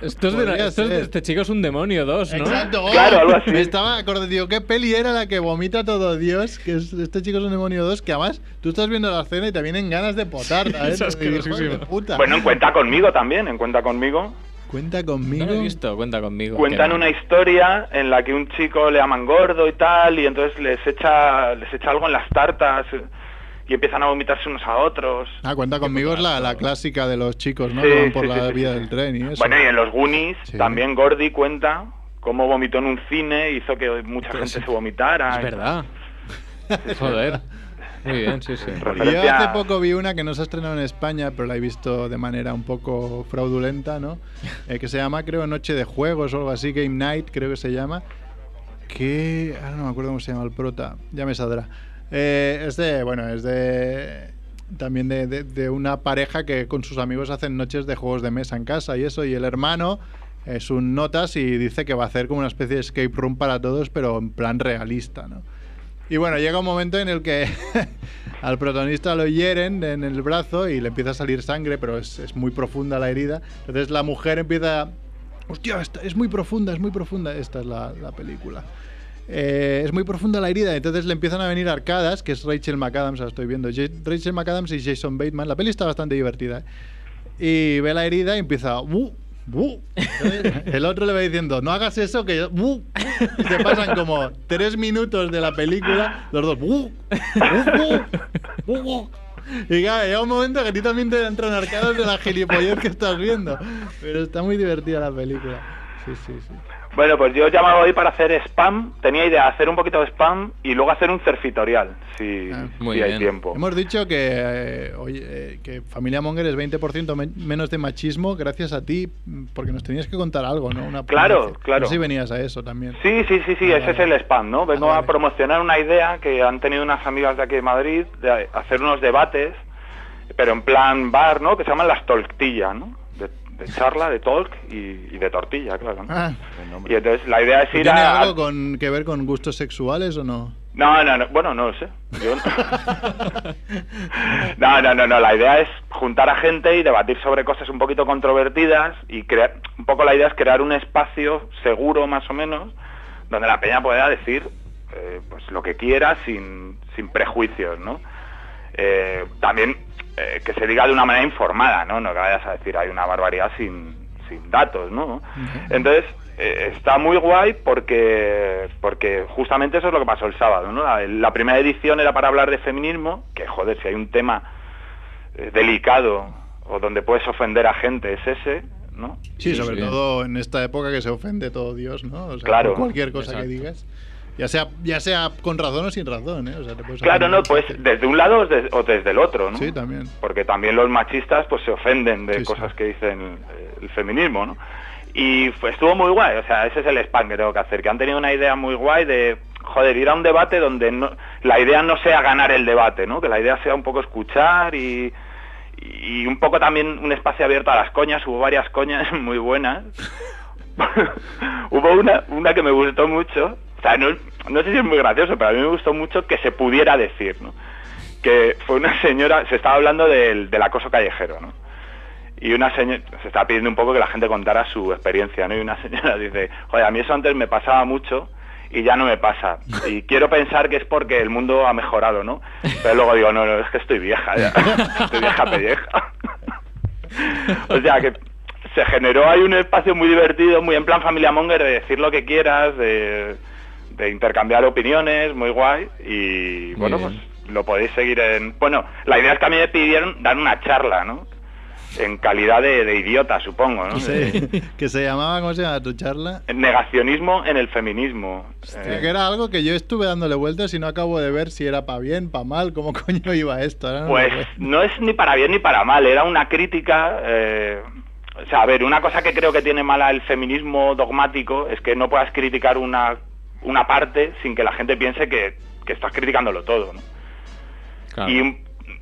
[SPEAKER 1] Esto es de la-
[SPEAKER 2] Podría
[SPEAKER 1] esto es de-
[SPEAKER 2] ser.
[SPEAKER 1] este chico es un demonio dos, ¿no?
[SPEAKER 2] Exacto, oh,
[SPEAKER 6] Claro, algo así.
[SPEAKER 2] Me estaba acordando, digo, ¿qué peli era la que vomita todo Dios? Que es, este chico es un demonio 2, que además tú estás viendo la escena y te vienen ganas de potar, ¿sabes?
[SPEAKER 1] es
[SPEAKER 2] Y dices, "Joder,
[SPEAKER 1] asquerosísimo.
[SPEAKER 2] puta".
[SPEAKER 6] Bueno, en cuenta conmigo también, en cuenta conmigo.
[SPEAKER 2] Cuenta
[SPEAKER 1] No
[SPEAKER 2] conmigo.
[SPEAKER 1] lo he visto, cuenta conmigo.
[SPEAKER 6] Cuentan
[SPEAKER 1] Qué
[SPEAKER 6] una historia en la que un chico le aman gordo y tal, y entonces les echa, les echa algo en las tartas eh, y empiezan a vomitarse unos a otros.
[SPEAKER 2] Ah, cuenta conmigo es la, la clásica de los chicos, ¿no?
[SPEAKER 6] Sí,
[SPEAKER 2] que van por
[SPEAKER 6] sí,
[SPEAKER 2] la
[SPEAKER 6] sí, sí,
[SPEAKER 2] vía
[SPEAKER 6] sí.
[SPEAKER 2] del tren y eso.
[SPEAKER 6] Bueno, y en los Goonies
[SPEAKER 2] Sí.
[SPEAKER 6] también Gordy cuenta cómo vomitó en un cine, hizo que mucha gente se vomitara.
[SPEAKER 1] Es verdad. Joder. Muy bien, sí, sí.
[SPEAKER 2] Y yo
[SPEAKER 6] referencia-
[SPEAKER 2] hace poco vi una que no se ha estrenado en España, pero la he visto de manera un poco fraudulenta, ¿no? Eh, que se llama, creo, Noche de Juegos o algo así, Game Night, creo que se llama. Que. Ahora no me acuerdo cómo se llama el prota, ya me saldrá. Eh, es de. Bueno, es de. También de, de- de una pareja que con sus amigos hacen noches de juegos de mesa en casa y eso, y el hermano. Es un notas y dice que va a hacer como una especie de escape room para todos, pero en plan realista, ¿no? Y bueno, llega un momento en el que al protagonista lo hieren en el brazo y le empieza a salir sangre, pero es, es muy profunda la herida. Entonces la mujer empieza... Hostia, esta- es muy profunda, es muy profunda. Esta es la, la película. eh, es muy profunda la herida, entonces le empiezan a venir arcadas, que es Rachel McAdams, la estoy viendo, Ja- Rachel McAdams y Jason Bateman, la peli está bastante divertida, ¿eh? y ve la herida y empieza... "Bu, bu". Entonces, El otro le va diciendo, no hagas eso, que yo... "Bu". Y te pasan como tres minutos de la película, los dos... "Bu, bu, bu, bu, bu". Y claro, llega un momento que a ti también te entran arcadas de la gilipollez que estás viendo. Pero está muy divertida la película. Sí, sí, sí.
[SPEAKER 6] Bueno, pues yo he llamado hoy para hacer spam. Tenía idea de hacer un poquito de spam y luego hacer un cerfitorial, si,
[SPEAKER 2] Ah,
[SPEAKER 1] muy
[SPEAKER 6] si hay
[SPEAKER 1] bien.
[SPEAKER 6] tiempo.
[SPEAKER 2] Hemos dicho que, eh, oye, eh, que Familia Monger es 20% men- menos de machismo gracias a ti, mm, porque nos tenías que contar algo, ¿no? Una
[SPEAKER 6] Claro,
[SPEAKER 2] ponencia.
[SPEAKER 6] claro.
[SPEAKER 2] No sé si venías a eso también.
[SPEAKER 6] Sí, sí, sí, sí,
[SPEAKER 2] Ah,
[SPEAKER 6] ese es el
[SPEAKER 2] vale. Ah,
[SPEAKER 6] spam, ¿no? Vengo
[SPEAKER 2] Vale,
[SPEAKER 6] a
[SPEAKER 2] vale.
[SPEAKER 6] promocionar una idea que han tenido unas amigas de aquí de Madrid de hacer unos debates, pero en plan bar, ¿no? Que se llaman las tortillas, ¿no? De, de charla, de talk y, y de tortilla, claro. ¿no?
[SPEAKER 2] Ah, Pues
[SPEAKER 5] Buen
[SPEAKER 6] y
[SPEAKER 5] nombre.
[SPEAKER 6] entonces la idea es ir
[SPEAKER 2] ¿Tiene
[SPEAKER 6] a...
[SPEAKER 2] algo con, que ver con gustos sexuales o no?
[SPEAKER 6] No, no, no, bueno, no lo sé. Yo no. No, no, no, no, la idea es juntar a gente y debatir sobre cosas un poquito controvertidas y crear, un poco la idea es crear un espacio seguro más o menos donde la peña pueda decir eh, pues lo que quiera sin, sin prejuicios, ¿no? Eh, también eh, que se diga de una manera informada, ¿no? No que vayas a decir hay una barbaridad sin, sin datos, ¿no? Entonces, eh, está muy guay porque, porque justamente eso es lo que pasó el sábado, ¿no? La, la primera edición era para hablar de feminismo, que joder, si hay un tema eh, delicado o donde puedes ofender a gente es ese, ¿no?
[SPEAKER 2] Sí,
[SPEAKER 1] Sí,
[SPEAKER 2] sobre
[SPEAKER 1] sí.
[SPEAKER 2] todo en esta época que se ofende todo Dios, ¿no? O sea,
[SPEAKER 6] Claro.
[SPEAKER 2] por cualquier cosa
[SPEAKER 1] Exacto.
[SPEAKER 2] que digas. Ya sea, ya sea con razón o sin razón, ¿eh? O sea, te puedes
[SPEAKER 6] Claro,
[SPEAKER 2] ofender
[SPEAKER 6] no, pues
[SPEAKER 2] fácil.
[SPEAKER 6] desde un lado o des- o desde el otro, ¿no?
[SPEAKER 2] Sí, también.
[SPEAKER 6] porque también los machistas pues se ofenden de
[SPEAKER 2] Sí, sí.
[SPEAKER 6] cosas que dicen eh, el feminismo, ¿no? Y fue- estuvo muy guay, o sea, ese es el spam que tengo que hacer, que han tenido una idea muy guay de, joder, ir a un debate donde no- la idea no sea ganar el debate, ¿no? Que la idea sea un poco escuchar y, y un poco también un espacio abierto a las coñas, hubo varias coñas muy buenas. hubo una, una que me gustó mucho, o sea, no, no sé si es muy gracioso, pero a mí me gustó mucho que se pudiera decir, ¿no? que fue una señora, se estaba hablando del, del acoso callejero, ¿no? Y una señora, se estaba pidiendo un poco que la gente contara su experiencia, ¿no? Y una señora dice, joder, a mí eso antes me pasaba mucho y ya no me pasa. Y quiero pensar que es porque el mundo ha mejorado, ¿no? Pero luego digo, no, no, es que estoy vieja ya, estoy vieja pelleja. O sea que se generó ahí un espacio muy divertido, muy en plan familia monger, de decir lo que quieras, de, de intercambiar opiniones, muy guay. Y bueno,
[SPEAKER 1] bien.
[SPEAKER 6] pues lo podéis seguir en... Bueno, la idea es que a mí me pidieron dar una charla, ¿no? En calidad de, de idiota, supongo, ¿no?
[SPEAKER 2] Sí, que se llamaba, ¿cómo se llama tu charla?
[SPEAKER 6] El negacionismo en el feminismo.
[SPEAKER 2] Hostia,
[SPEAKER 6] Eh,
[SPEAKER 2] que era algo que yo estuve dándole vueltas y no acabo de ver si era para bien, para mal, cómo coño iba esto. ahora no me
[SPEAKER 6] Pues
[SPEAKER 2] acuerdo.
[SPEAKER 6] no es ni para bien ni para mal, era una crítica. eh, o sea, a ver, una cosa que creo que tiene mala el feminismo dogmático es que no puedas criticar una, una parte sin que la gente piense que, que estás criticándolo todo. ¿no?
[SPEAKER 1] Claro.
[SPEAKER 6] Y un,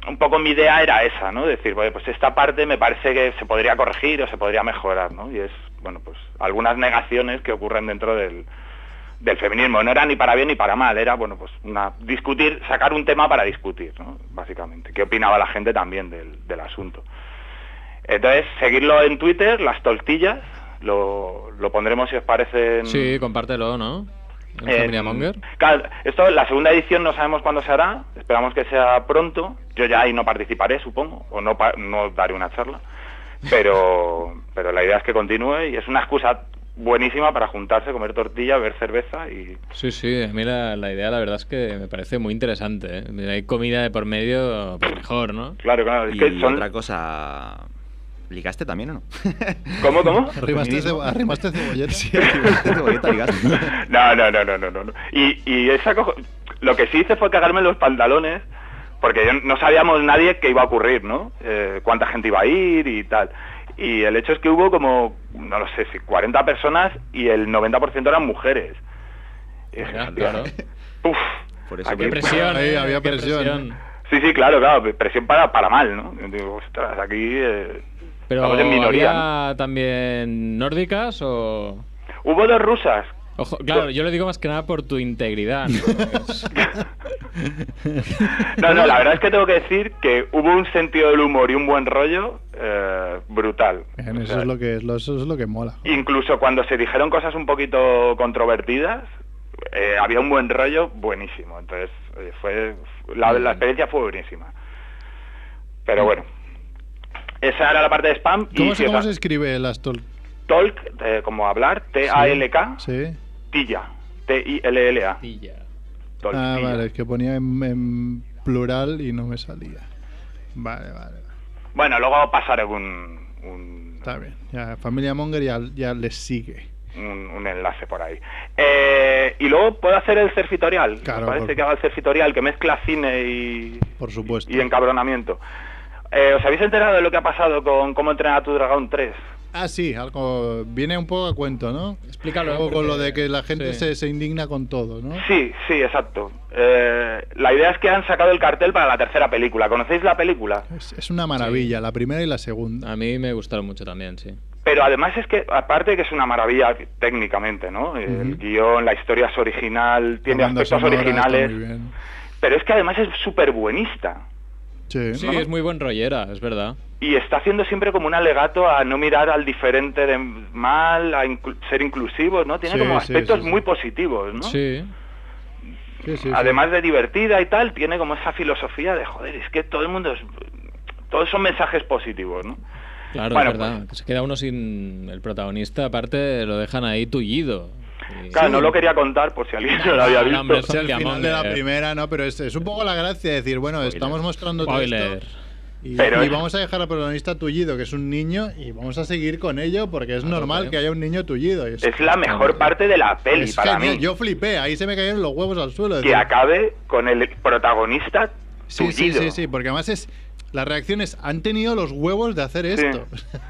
[SPEAKER 6] un poco mi idea era esa, ¿no? Decir, "Oye, pues esta parte me parece que se podría corregir o se podría mejorar, ¿no? Y es, bueno, pues algunas negaciones que ocurren dentro del, del feminismo. No era ni para bien ni para mal, era, bueno, pues una, discutir, sacar un tema para discutir, ¿no? Básicamente. ¿Qué opinaba la gente también del, del asunto? Entonces, seguirlo en Twitter, las tortillas, lo, lo pondremos si os parece en,
[SPEAKER 1] Sí, compártelo, ¿no? En
[SPEAKER 6] eh,
[SPEAKER 1] Familia Monger.
[SPEAKER 6] Claro, esto, la segunda edición no sabemos cuándo se hará, esperamos que sea pronto. Yo ya ahí no participaré, supongo, o no, pa- no daré una charla. Pero, pero la idea es que continúe y es una excusa buenísima para juntarse, comer tortilla, beber cerveza y...
[SPEAKER 1] Sí, sí, a mí la, la idea la verdad es que me parece muy interesante. ¿eh? Mira, Hay comida de por medio, pues mejor, ¿no?
[SPEAKER 6] Claro, claro, es que
[SPEAKER 5] Y
[SPEAKER 6] son...
[SPEAKER 5] otra cosa. ¿Ligaste también o no?
[SPEAKER 6] ¿Cómo, cómo?
[SPEAKER 2] Arrimaste, cebo- arrimaste cebolleta.
[SPEAKER 5] Ligaste, cebolleta, ligaste.
[SPEAKER 6] No, no, no, no, no, no. no. Y, y esa cojo- lo que sí hice fue cagarme en los pantalones, porque yo- no sabíamos nadie qué iba a ocurrir, ¿no? Eh, cuánta gente iba a ir y tal. Y el hecho es que hubo como, no lo sé, si 40 personas y el 90% eran mujeres. Y dije,
[SPEAKER 1] Ya,
[SPEAKER 6] "Hostia,
[SPEAKER 1] claro.
[SPEAKER 6] uf,
[SPEAKER 5] Por eso
[SPEAKER 6] aquí-
[SPEAKER 1] Qué
[SPEAKER 5] Qué
[SPEAKER 1] presión.
[SPEAKER 2] ahí
[SPEAKER 1] ¿eh?
[SPEAKER 2] había
[SPEAKER 1] Qué
[SPEAKER 2] presión,
[SPEAKER 6] Sí, sí, claro, claro, presión para, para mal, ¿no? Yo digo, ostras, aquí eh,
[SPEAKER 1] Pero
[SPEAKER 6] estamos en minoría. ¿no?".
[SPEAKER 1] había también nórdicas o.
[SPEAKER 6] Hubo dos rusas.
[SPEAKER 1] Ojo, claro, yo lo digo más que nada por tu integridad. ¿no?
[SPEAKER 6] No, no, la verdad es que tengo que decir que hubo un sentido del humor y un buen rollo eh, brutal.
[SPEAKER 2] Bien,
[SPEAKER 6] O
[SPEAKER 2] eso
[SPEAKER 6] sea,
[SPEAKER 2] es lo que, lo- eso es lo que mola.
[SPEAKER 6] Incluso cuando se dijeron cosas un poquito controvertidas, eh, había un buen rollo buenísimo. Entonces, eh, fue la, la experiencia fue buenísima. Pero bueno, esa era la parte de spam.
[SPEAKER 2] ¿Cómo,
[SPEAKER 6] y
[SPEAKER 2] se,
[SPEAKER 6] sí, o
[SPEAKER 2] cómo
[SPEAKER 6] sea,
[SPEAKER 2] se escribe el Astol?
[SPEAKER 6] Talk, eh, como hablar, T-A-L-K,
[SPEAKER 2] Sí.
[SPEAKER 6] Tilla, T-I-L-L-A.
[SPEAKER 1] Tilla.
[SPEAKER 6] Talk,
[SPEAKER 2] Ah,
[SPEAKER 6] Tilla.
[SPEAKER 2] vale, es que ponía en, en plural y no me salía. Vale, vale.
[SPEAKER 6] Bueno, luego pasaré un, un,
[SPEAKER 2] Está bien. Ya, Familia Monger ya, ya les sigue.
[SPEAKER 6] un, un enlace por ahí. Eh, y luego puedo hacer el surfitorial.
[SPEAKER 2] Claro,
[SPEAKER 6] Me parece
[SPEAKER 2] por-
[SPEAKER 6] que haga el surfitorial, que mezcla cine y,
[SPEAKER 2] Por supuesto.
[SPEAKER 6] y encabronamiento. Eh, ¿Os habéis enterado de lo que ha pasado con cómo entrenar a tu dragón 3?
[SPEAKER 2] Ah, sí, algo. Viene un poco a cuento, ¿no?
[SPEAKER 1] Explícalo,
[SPEAKER 2] Algo con
[SPEAKER 1] porque-
[SPEAKER 2] lo de que la gente
[SPEAKER 1] sí.
[SPEAKER 2] se, se indigna con todo, ¿no?
[SPEAKER 6] Sí, sí, exacto. Eh, la idea es que han sacado el cartel para la tercera película. ¿Conocéis la película?
[SPEAKER 2] Es, es una maravilla, la primera y la segunda.
[SPEAKER 1] A mí me gustaron mucho también, sí.
[SPEAKER 6] Pero además es que, aparte de que es una maravilla técnicamente, ¿no? El guión, la historia es original, tiene
[SPEAKER 2] Banda
[SPEAKER 6] aspectos
[SPEAKER 2] sonora está
[SPEAKER 6] originales.
[SPEAKER 2] muy bien.
[SPEAKER 6] Pero es que además es súper buenista.
[SPEAKER 2] Sí.
[SPEAKER 1] Sí,
[SPEAKER 2] ¿no?
[SPEAKER 1] es muy buen rollera, es verdad.
[SPEAKER 6] Y está haciendo siempre como un alegato a no mirar al diferente de mal, a inclu- ser inclusivos, ¿no? Tiene
[SPEAKER 2] Sí,
[SPEAKER 6] como
[SPEAKER 2] sí,
[SPEAKER 6] aspectos
[SPEAKER 2] sí, sí.
[SPEAKER 6] muy positivos, ¿no?
[SPEAKER 1] Sí.
[SPEAKER 2] Sí, sí, sí.
[SPEAKER 6] Además de divertida y tal, tiene como esa filosofía de, joder, es que todo el mundo es... Todos son mensajes positivos, ¿no?
[SPEAKER 1] Claro,
[SPEAKER 6] Bueno,
[SPEAKER 1] es verdad.
[SPEAKER 6] pues-
[SPEAKER 1] que Se queda uno sin el protagonista, aparte lo dejan ahí tullido. Y-
[SPEAKER 6] Claro, no lo quería contar por si alguien no lo había
[SPEAKER 1] Ah,
[SPEAKER 6] visto.
[SPEAKER 1] hombre, sí.
[SPEAKER 2] Al
[SPEAKER 1] Familia
[SPEAKER 2] final de la
[SPEAKER 1] Monger.
[SPEAKER 2] primera, ¿no? Pero es, es un poco la gracia de decir, bueno, estamos mostrando todo
[SPEAKER 1] Uh, Spoiler.
[SPEAKER 2] esto y,
[SPEAKER 6] Pero
[SPEAKER 2] y
[SPEAKER 6] es-
[SPEAKER 2] vamos a dejar al protagonista tullido, que es un niño, y vamos a seguir con ello porque es normal
[SPEAKER 1] claro.
[SPEAKER 2] que haya un niño tullido. y Es,
[SPEAKER 6] Es la mejor parte de la peli
[SPEAKER 2] es
[SPEAKER 6] para
[SPEAKER 2] genial,
[SPEAKER 6] mí.
[SPEAKER 2] yo flipé, ahí se me cayeron los huevos al suelo.
[SPEAKER 6] que
[SPEAKER 2] decir,
[SPEAKER 6] acabe con el protagonista
[SPEAKER 2] sí, sí,
[SPEAKER 6] tullido.
[SPEAKER 2] sí, sí, porque además es... La reacción es, han tenido los huevos de hacer
[SPEAKER 6] Sí.
[SPEAKER 2] esto.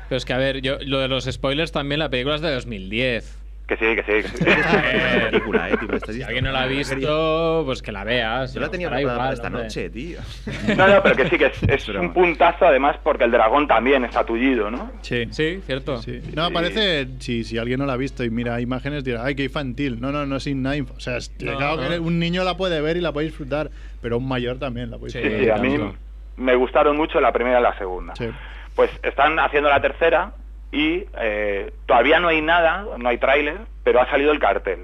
[SPEAKER 1] Pero es que, a ver, yo, lo de los spoilers también, la película es de 2010.
[SPEAKER 6] Que sí, que sí. que sí.
[SPEAKER 2] Ah,
[SPEAKER 1] Eh,
[SPEAKER 5] película, eh, tío, estás
[SPEAKER 1] Si
[SPEAKER 5] listo.
[SPEAKER 1] alguien no la ha visto, pues que la veas.
[SPEAKER 5] Yo la tenía
[SPEAKER 1] estará
[SPEAKER 5] preparada
[SPEAKER 1] igual,
[SPEAKER 5] para esta
[SPEAKER 1] hombre.
[SPEAKER 5] noche, tío.
[SPEAKER 6] no, no, pero que sí, que es, es
[SPEAKER 5] Broma.
[SPEAKER 6] un puntazo además porque el dragón también está tullido, ¿no?
[SPEAKER 2] Sí.
[SPEAKER 1] Sí, cierto.
[SPEAKER 2] Sí. No, parece, si, si alguien no la ha visto y mira imágenes, dirá, ay, qué infantil. No, no, no es infantil. O sea, es-
[SPEAKER 1] No,
[SPEAKER 2] claro que
[SPEAKER 1] no.
[SPEAKER 2] un niño la puede ver y la puede disfrutar, pero un mayor también la puede
[SPEAKER 1] Sí.
[SPEAKER 6] Sí,
[SPEAKER 2] disfrutar.
[SPEAKER 6] sí, a mí
[SPEAKER 1] tanto.
[SPEAKER 6] me gustaron mucho la primera y la segunda.
[SPEAKER 2] Sí.
[SPEAKER 6] Pues están haciendo la tercera y eh, todavía no hay nada, no hay tráiler, pero ha salido el cartel.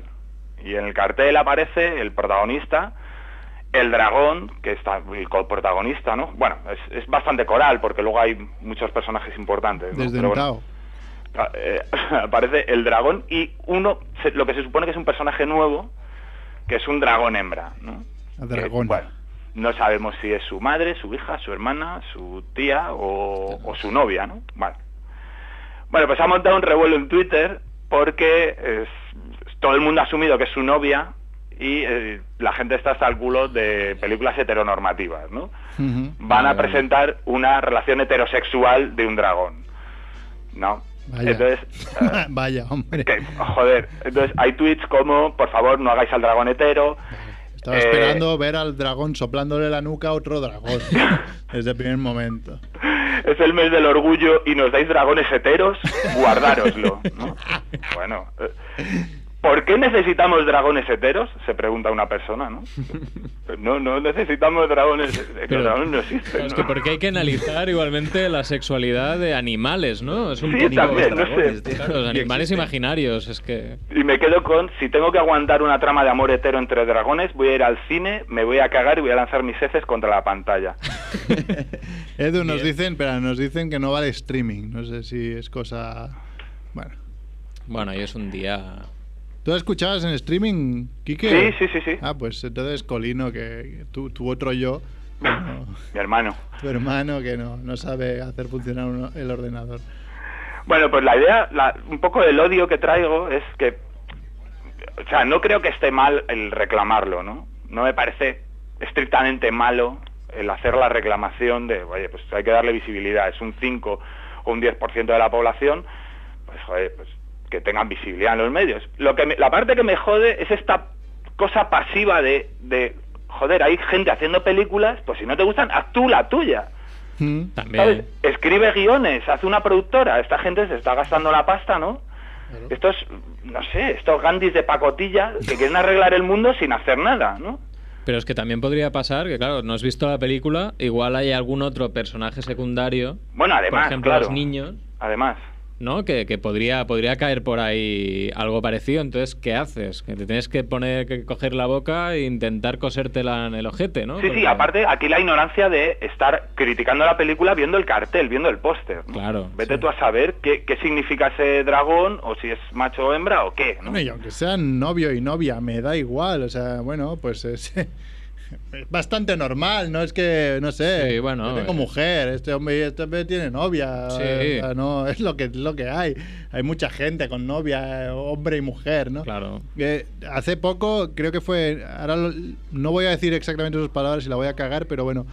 [SPEAKER 6] Y en el cartel aparece el protagonista, el dragón, que está el coprotagonista, ¿no? Bueno, es, es bastante coral porque luego hay muchos personajes importantes. ¿no?
[SPEAKER 2] Desde
[SPEAKER 6] Pero bueno,
[SPEAKER 2] Nutao.
[SPEAKER 6] a- eh, aparece el dragón y uno, se- lo que se supone que es un personaje nuevo, que es un dragón hembra, ¿no?
[SPEAKER 2] A
[SPEAKER 6] Que,
[SPEAKER 2] dragón.
[SPEAKER 6] bueno, no sabemos si es su madre, su hija, su hermana, su tía o, o su novia, ¿no? Vale. Bueno, pues ha montado un revuelo en Twitter porque es- todo el mundo ha asumido que es su novia y eh, la gente está hasta el culo de películas heteronormativas, ¿no?
[SPEAKER 2] Ujú.
[SPEAKER 6] Van a
[SPEAKER 1] Vale, vale.
[SPEAKER 6] presentar una relación heterosexual de un dragón, ¿no?
[SPEAKER 2] Vaya.
[SPEAKER 6] Entonces, eh,
[SPEAKER 2] Vaya, hombre.
[SPEAKER 6] que, joder, entonces hay tweets como, por favor, no hagáis al dragón hetero,
[SPEAKER 2] Estaba
[SPEAKER 6] eh,
[SPEAKER 2] esperando ver al dragón soplándole la nuca a otro dragón. desde el primer momento.
[SPEAKER 6] es el mes del orgullo y nos dais dragones heteros, guardároslo. ¿no? Bueno, eh, ¿por qué necesitamos dragones heteros? Se pregunta una persona, ¿no? No, no necesitamos dragones, los
[SPEAKER 1] Pero-
[SPEAKER 6] dragones no existen.
[SPEAKER 1] Es
[SPEAKER 6] ¿no?
[SPEAKER 1] que porque hay que analizar igualmente la sexualidad de animales, ¿no? Es un
[SPEAKER 6] Sí,
[SPEAKER 1] poco- pues,
[SPEAKER 6] también, no sé.
[SPEAKER 1] Claro, los animales imaginarios, es que...
[SPEAKER 6] Y me quedo con, si tengo que aguantar una trama de amor hetero entre dragones, voy a ir al cine, me voy a cagar y voy a lanzar mis heces contra la pantalla.
[SPEAKER 2] Edu, nos dicen, pero nos dicen que no vale streaming. No sé si es cosa. Bueno.
[SPEAKER 1] Bueno, hoy es un día...
[SPEAKER 2] ¿Tú la escuchabas en streaming, Kike?
[SPEAKER 6] Sí, sí, sí, sí.
[SPEAKER 2] Ah, pues entonces Colino, que que tú, tu otro yo, no,
[SPEAKER 6] Mi hermano.
[SPEAKER 2] tu hermano que no, no sabe hacer funcionar uno- el ordenador.
[SPEAKER 6] Bueno, pues la idea, la- un poco el odio que traigo es que, o sea, no creo que esté mal el reclamarlo, ¿no? No me parece estrictamente malo el hacer la reclamación de, oye, pues hay que darle visibilidad, es un 5 o un 10% de la población, pues joder, pues que tengan visibilidad en los medios. Lo que me- la parte que me jode es esta cosa pasiva de, de, joder, hay gente haciendo películas, pues si no te gustan, haz tú la tuya.
[SPEAKER 2] ¿Mm?
[SPEAKER 1] También.
[SPEAKER 6] ¿Sabes? Escribe guiones, hace una productora. Esta gente se está gastando la pasta, ¿no? Estos, no sé, estos gandis de pacotilla que quieren arreglar el mundo sin hacer nada, ¿no?
[SPEAKER 1] Pero es que también podría pasar que, claro, no has visto la película, igual hay algún otro personaje secundario,
[SPEAKER 6] Bueno,
[SPEAKER 1] por
[SPEAKER 6] además,
[SPEAKER 1] ejemplo,
[SPEAKER 6] claro.
[SPEAKER 1] los niños,
[SPEAKER 6] Además.
[SPEAKER 1] ¿no? Que, que podría, podría caer por ahí algo parecido. Entonces, ¿qué haces? Que te tienes que poner, que coger la boca e intentar cosértela en el ojete, ¿no?
[SPEAKER 6] Sí, sí,
[SPEAKER 1] Porque-
[SPEAKER 6] aparte aquí la ignorancia de estar criticando la película viendo el cartel, viendo el póster. ¿no?
[SPEAKER 1] Claro,
[SPEAKER 6] Vete
[SPEAKER 1] sí.
[SPEAKER 6] tú a saber qué, qué significa ese dragón o si es macho o hembra o qué. ¿no?
[SPEAKER 2] Bueno, y aunque sean novio y novia, me da igual. O sea, bueno, pues es es bastante normal, no es que, no sé,
[SPEAKER 1] Sí, bueno,
[SPEAKER 2] yo tengo
[SPEAKER 1] eh.
[SPEAKER 2] mujer, este hombre, este hombre tiene novia,
[SPEAKER 1] Sí.
[SPEAKER 2] o sea, no, es lo que, es lo que hay. Hay mucha gente con novia, eh, hombre y mujer, ¿no?
[SPEAKER 1] Claro.
[SPEAKER 2] Eh, hace poco, creo que fue. Ahora lo- no voy a decir exactamente sus palabras y la voy a cagar, pero bueno.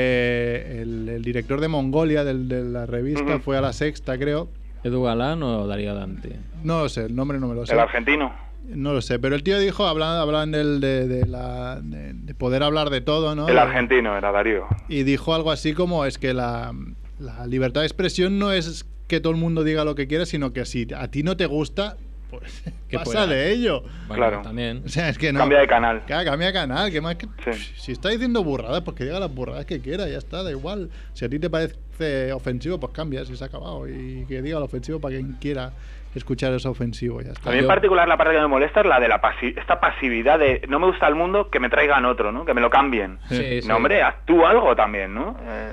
[SPEAKER 2] eh, el, el director de Mongolia del- de la revista
[SPEAKER 6] Ujú.
[SPEAKER 2] fue a la sexta, creo.
[SPEAKER 1] ¿Edu Galán o Darío Dante?
[SPEAKER 2] No lo sé, el nombre no me lo sé.
[SPEAKER 6] El argentino.
[SPEAKER 2] No lo sé, pero el tío dijo, hablan, hablan del, de, de la, de, de poder hablar de todo, ¿no?
[SPEAKER 6] El argentino era Darío.
[SPEAKER 2] Y dijo algo así como, es que la, la libertad de expresión no es que todo el mundo diga lo que quiera, sino que si a ti no te gusta, pues
[SPEAKER 1] Que
[SPEAKER 2] pasa
[SPEAKER 1] pueda.
[SPEAKER 2] de ello.
[SPEAKER 1] Bueno,
[SPEAKER 6] Claro.
[SPEAKER 1] También.
[SPEAKER 2] O sea, es que no...
[SPEAKER 6] Cambia de canal.
[SPEAKER 2] Claro, cambia de canal, que más que...
[SPEAKER 6] Sí.
[SPEAKER 2] Si está diciendo burradas, pues que diga las burradas que quiera, ya está, da igual. Si a ti te parece ofensivo, pues cambias y se ha acabado. Y que diga lo ofensivo para quien quiera escuchar eso ofensivo, ya está.
[SPEAKER 6] A mí en
[SPEAKER 1] Yo-
[SPEAKER 6] particular la parte que me molesta es la de la pasi- esta pasividad de no me gusta el mundo, que me traigan otro, ¿no? Que me lo cambien.
[SPEAKER 1] Sí, sí.
[SPEAKER 6] No, hombre, actúa algo también, ¿no? Eh,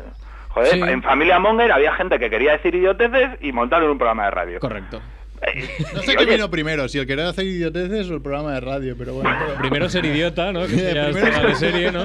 [SPEAKER 6] joder,
[SPEAKER 1] Sí.
[SPEAKER 6] en Familia Monger había gente que quería decir idioteces y montaron un programa de radio.
[SPEAKER 1] Correcto.
[SPEAKER 6] Eh,
[SPEAKER 2] No
[SPEAKER 6] y
[SPEAKER 2] sé qué
[SPEAKER 6] oye,
[SPEAKER 2] vino primero, si el querer hacer idioteces o el programa de radio, pero bueno. pero-
[SPEAKER 1] Primero ser idiota, ¿no? Que
[SPEAKER 2] Eh,
[SPEAKER 1] sería
[SPEAKER 2] primero-
[SPEAKER 1] tema de serie, ¿no?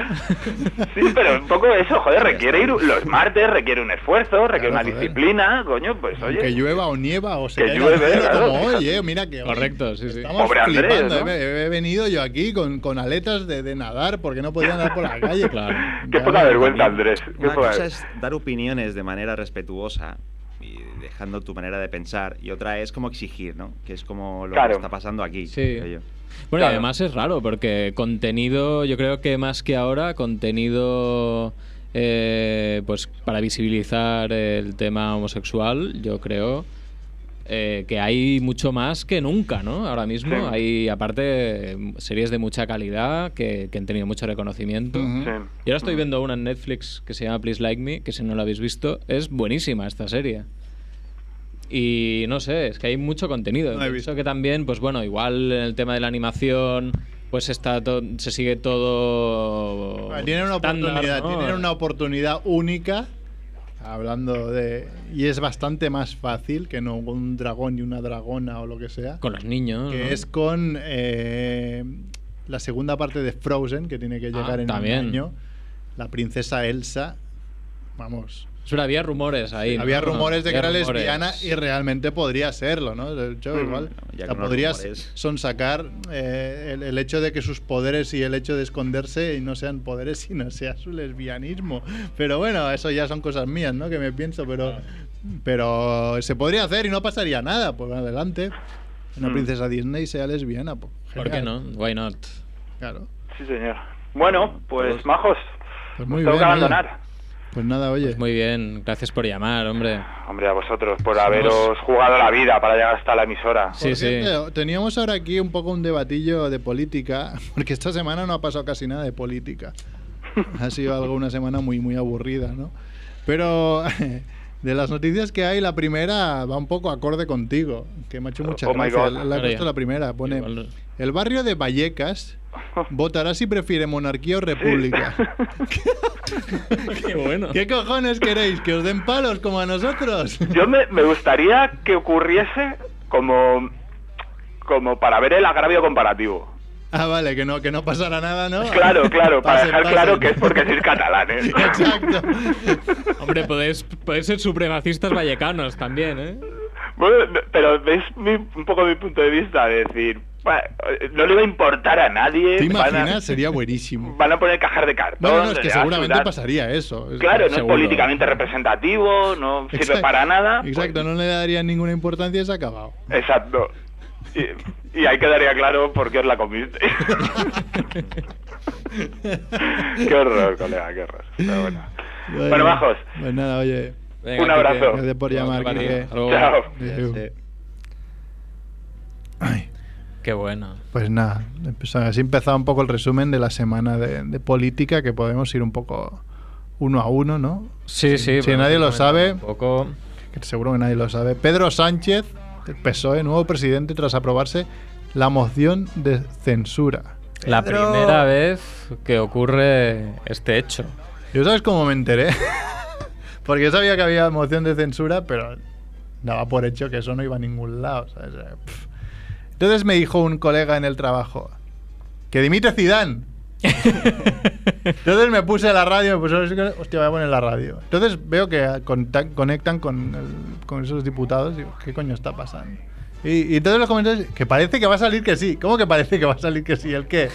[SPEAKER 6] Sí, pero un poco eso, joder, requiere ir los martes, requiere un esfuerzo,
[SPEAKER 2] Claro,
[SPEAKER 6] requiere una
[SPEAKER 2] joder.
[SPEAKER 6] disciplina, coño, pues oye.
[SPEAKER 2] que llueva o nieva o se
[SPEAKER 6] Que
[SPEAKER 2] caiga
[SPEAKER 6] llueve,
[SPEAKER 2] el cielo,
[SPEAKER 6] claro.
[SPEAKER 2] como hoy, eh, mira que hoy
[SPEAKER 1] Correcto, sí, sí.
[SPEAKER 2] Estamos
[SPEAKER 6] Pobre Andrés,
[SPEAKER 2] flipando,
[SPEAKER 6] ¿no?
[SPEAKER 2] he, he venido yo aquí con, con aletas de, de nadar porque no podía andar por la calle.
[SPEAKER 1] Claro.
[SPEAKER 6] Qué
[SPEAKER 2] Ya
[SPEAKER 6] poca
[SPEAKER 2] me-
[SPEAKER 6] vergüenza, Andrés. Qué
[SPEAKER 5] Una
[SPEAKER 6] poca-
[SPEAKER 5] cosa es dar opiniones de manera respetuosa y dejando tu manera de pensar, y otra es como exigir, ¿no? Que es como lo
[SPEAKER 6] Claro.
[SPEAKER 5] que está pasando aquí.
[SPEAKER 1] Sí.
[SPEAKER 5] creo yo.
[SPEAKER 1] Bueno, y
[SPEAKER 6] Claro.
[SPEAKER 1] además es raro porque contenido, yo creo que más que ahora, contenido eh, pues para visibilizar el tema homosexual, yo creo eh, que hay mucho más que nunca, ¿no? Ahora mismo
[SPEAKER 6] Sí.
[SPEAKER 1] hay, aparte, series de mucha calidad que, que han tenido mucho reconocimiento.
[SPEAKER 2] Ujú.
[SPEAKER 6] Sí.
[SPEAKER 1] Y ahora estoy viendo una en Netflix que se llama Please Like Me, que si no la habéis visto, es buenísima esta serie. Y no sé, es que hay mucho contenido.
[SPEAKER 2] No la he
[SPEAKER 1] Pienso
[SPEAKER 2] visto.
[SPEAKER 1] que también, pues bueno, igual en el tema de la animación, pues está to- se sigue todo.
[SPEAKER 2] Ah, Tienen una
[SPEAKER 1] estándar,
[SPEAKER 2] oportunidad,
[SPEAKER 1] ¿no?
[SPEAKER 2] tienen una oportunidad única. Hablando de. Y es bastante más fácil que no un dragón y una dragona o lo que sea.
[SPEAKER 1] Con los niños. ¿no?
[SPEAKER 2] que es con eh, la segunda parte de Frozen, que tiene que
[SPEAKER 1] Ah,
[SPEAKER 2] llegar en
[SPEAKER 1] también.
[SPEAKER 2] un año. La princesa Elsa. Vamos.
[SPEAKER 1] Es verdad, había rumores ahí. ¿no?
[SPEAKER 2] Había rumores de que era
[SPEAKER 1] Había rumores.
[SPEAKER 2] lesbiana y realmente podría serlo, ¿no? De hecho,
[SPEAKER 6] Mm.
[SPEAKER 2] igual
[SPEAKER 5] Ya
[SPEAKER 2] la
[SPEAKER 5] con los
[SPEAKER 2] podrías
[SPEAKER 5] rumores.
[SPEAKER 2] sonsacar eh, el, el hecho de que sus poderes y el hecho de esconderse y no sean poderes, sino sea su lesbianismo. Pero bueno, eso ya son cosas mías, ¿no? Que me pienso, pero,
[SPEAKER 1] Ah.
[SPEAKER 2] pero se podría hacer y no pasaría nada. Pues adelante. Una
[SPEAKER 6] Mm.
[SPEAKER 2] princesa Disney sea lesbiana, pues.
[SPEAKER 1] Hmm. ¿Por qué
[SPEAKER 2] genial.
[SPEAKER 1] no? Why not?
[SPEAKER 2] Claro.
[SPEAKER 6] Sí, señor. Bueno, pues
[SPEAKER 5] Todos-
[SPEAKER 6] majos,
[SPEAKER 2] Pues muy bien.
[SPEAKER 1] eh.
[SPEAKER 6] tengo que
[SPEAKER 2] oye.
[SPEAKER 6] abandonar.
[SPEAKER 2] Pues nada, oye.
[SPEAKER 1] Muy bien, gracias por llamar, hombre.
[SPEAKER 6] Hombre, a vosotros por haberos jugado la vida para llegar hasta la emisora.
[SPEAKER 1] Sí,
[SPEAKER 2] Por
[SPEAKER 1] sí.
[SPEAKER 2] cierto, Teníamos ahora aquí un poco un debatillo de política, porque esta semana no ha pasado casi nada de política. Ha sido algo una semana muy, muy aburrida, ¿no? Pero de las noticias que hay, la primera va un poco acorde contigo, que me ha hecho mucha
[SPEAKER 6] Oh my
[SPEAKER 2] gracia.
[SPEAKER 6] God.
[SPEAKER 2] La he puesto la primera. Pone,
[SPEAKER 1] Igual-
[SPEAKER 2] el barrio de Vallecas votará si prefiere monarquía o república.
[SPEAKER 1] Qué bueno.
[SPEAKER 2] ¿Qué cojones queréis? ¿Que os den palos como a nosotros?
[SPEAKER 6] Yo me, me gustaría que ocurriese como, como para ver el agravio comparativo.
[SPEAKER 2] Ah, vale, que no, que no pasará nada, ¿no?
[SPEAKER 6] Claro, claro, para
[SPEAKER 2] Pasen,
[SPEAKER 6] dejar
[SPEAKER 2] pasen.
[SPEAKER 6] claro que es porque sois catalanes.
[SPEAKER 2] Exacto.
[SPEAKER 1] Hombre, podéis, podéis ser supremacistas vallecanos también, ¿eh?
[SPEAKER 6] Bueno, pero veis mi- un poco mi punto de vista, de decir, bueno, eh, no le va a importar a nadie.
[SPEAKER 2] ¿Te
[SPEAKER 6] van a-
[SPEAKER 2] imaginas? Sería buenísimo.
[SPEAKER 6] Van a poner cajas de cartón.
[SPEAKER 2] Bueno, no, es que
[SPEAKER 6] de
[SPEAKER 2] seguramente
[SPEAKER 6] basura.
[SPEAKER 2] pasaría eso. Es-
[SPEAKER 6] Claro, no es
[SPEAKER 1] Seguro.
[SPEAKER 6] políticamente representativo, no sirve
[SPEAKER 2] Exacto.
[SPEAKER 6] para nada.
[SPEAKER 2] Exacto, no le daría ninguna importancia y se ha acabado.
[SPEAKER 6] Exacto. Y, y ahí quedaría claro por qué os la comiste. qué horror, colega, qué horror. Pero bueno. Bueno, bajos.
[SPEAKER 2] Pues nada, oye.
[SPEAKER 1] Venga,
[SPEAKER 6] Un abrazo.
[SPEAKER 1] Quique.
[SPEAKER 2] Gracias por llamar,
[SPEAKER 1] Otro para
[SPEAKER 2] Quique.
[SPEAKER 1] ti. Hasta luego.
[SPEAKER 6] Chao.
[SPEAKER 2] Adeu.
[SPEAKER 5] Sí.
[SPEAKER 2] Ay,
[SPEAKER 1] Qué bueno.
[SPEAKER 2] pues nada, empezó- así empezaba un poco el resumen de la semana de, de política, que podemos ir un poco uno a uno, ¿no?
[SPEAKER 1] Sí, sí.
[SPEAKER 2] Si nadie lo sabe,
[SPEAKER 1] Un poco.
[SPEAKER 2] que que seguro que nadie lo sabe. Pedro Sánchez, del PSOE, E, nuevo presidente tras aprobarse la moción de censura.
[SPEAKER 1] La
[SPEAKER 7] Pedro.
[SPEAKER 1] primera vez que ocurre este hecho.
[SPEAKER 2] Yo sabes cómo me enteré. Porque yo sabía que había moción de censura, pero daba por hecho que eso no iba a ningún lado. ¿sabes? O sea, pff. Entonces me dijo un colega en el trabajo que dimite Zidane. Entonces me puse a la radio, me puse a la- hostia, voy a poner la radio. Entonces veo que conta- conectan con, el- con esos diputados y digo, ¿qué coño está pasando? Y, y entonces los comentarios, que parece que va a salir que sí. ¿Cómo que parece que va a salir que sí? ¿El qué?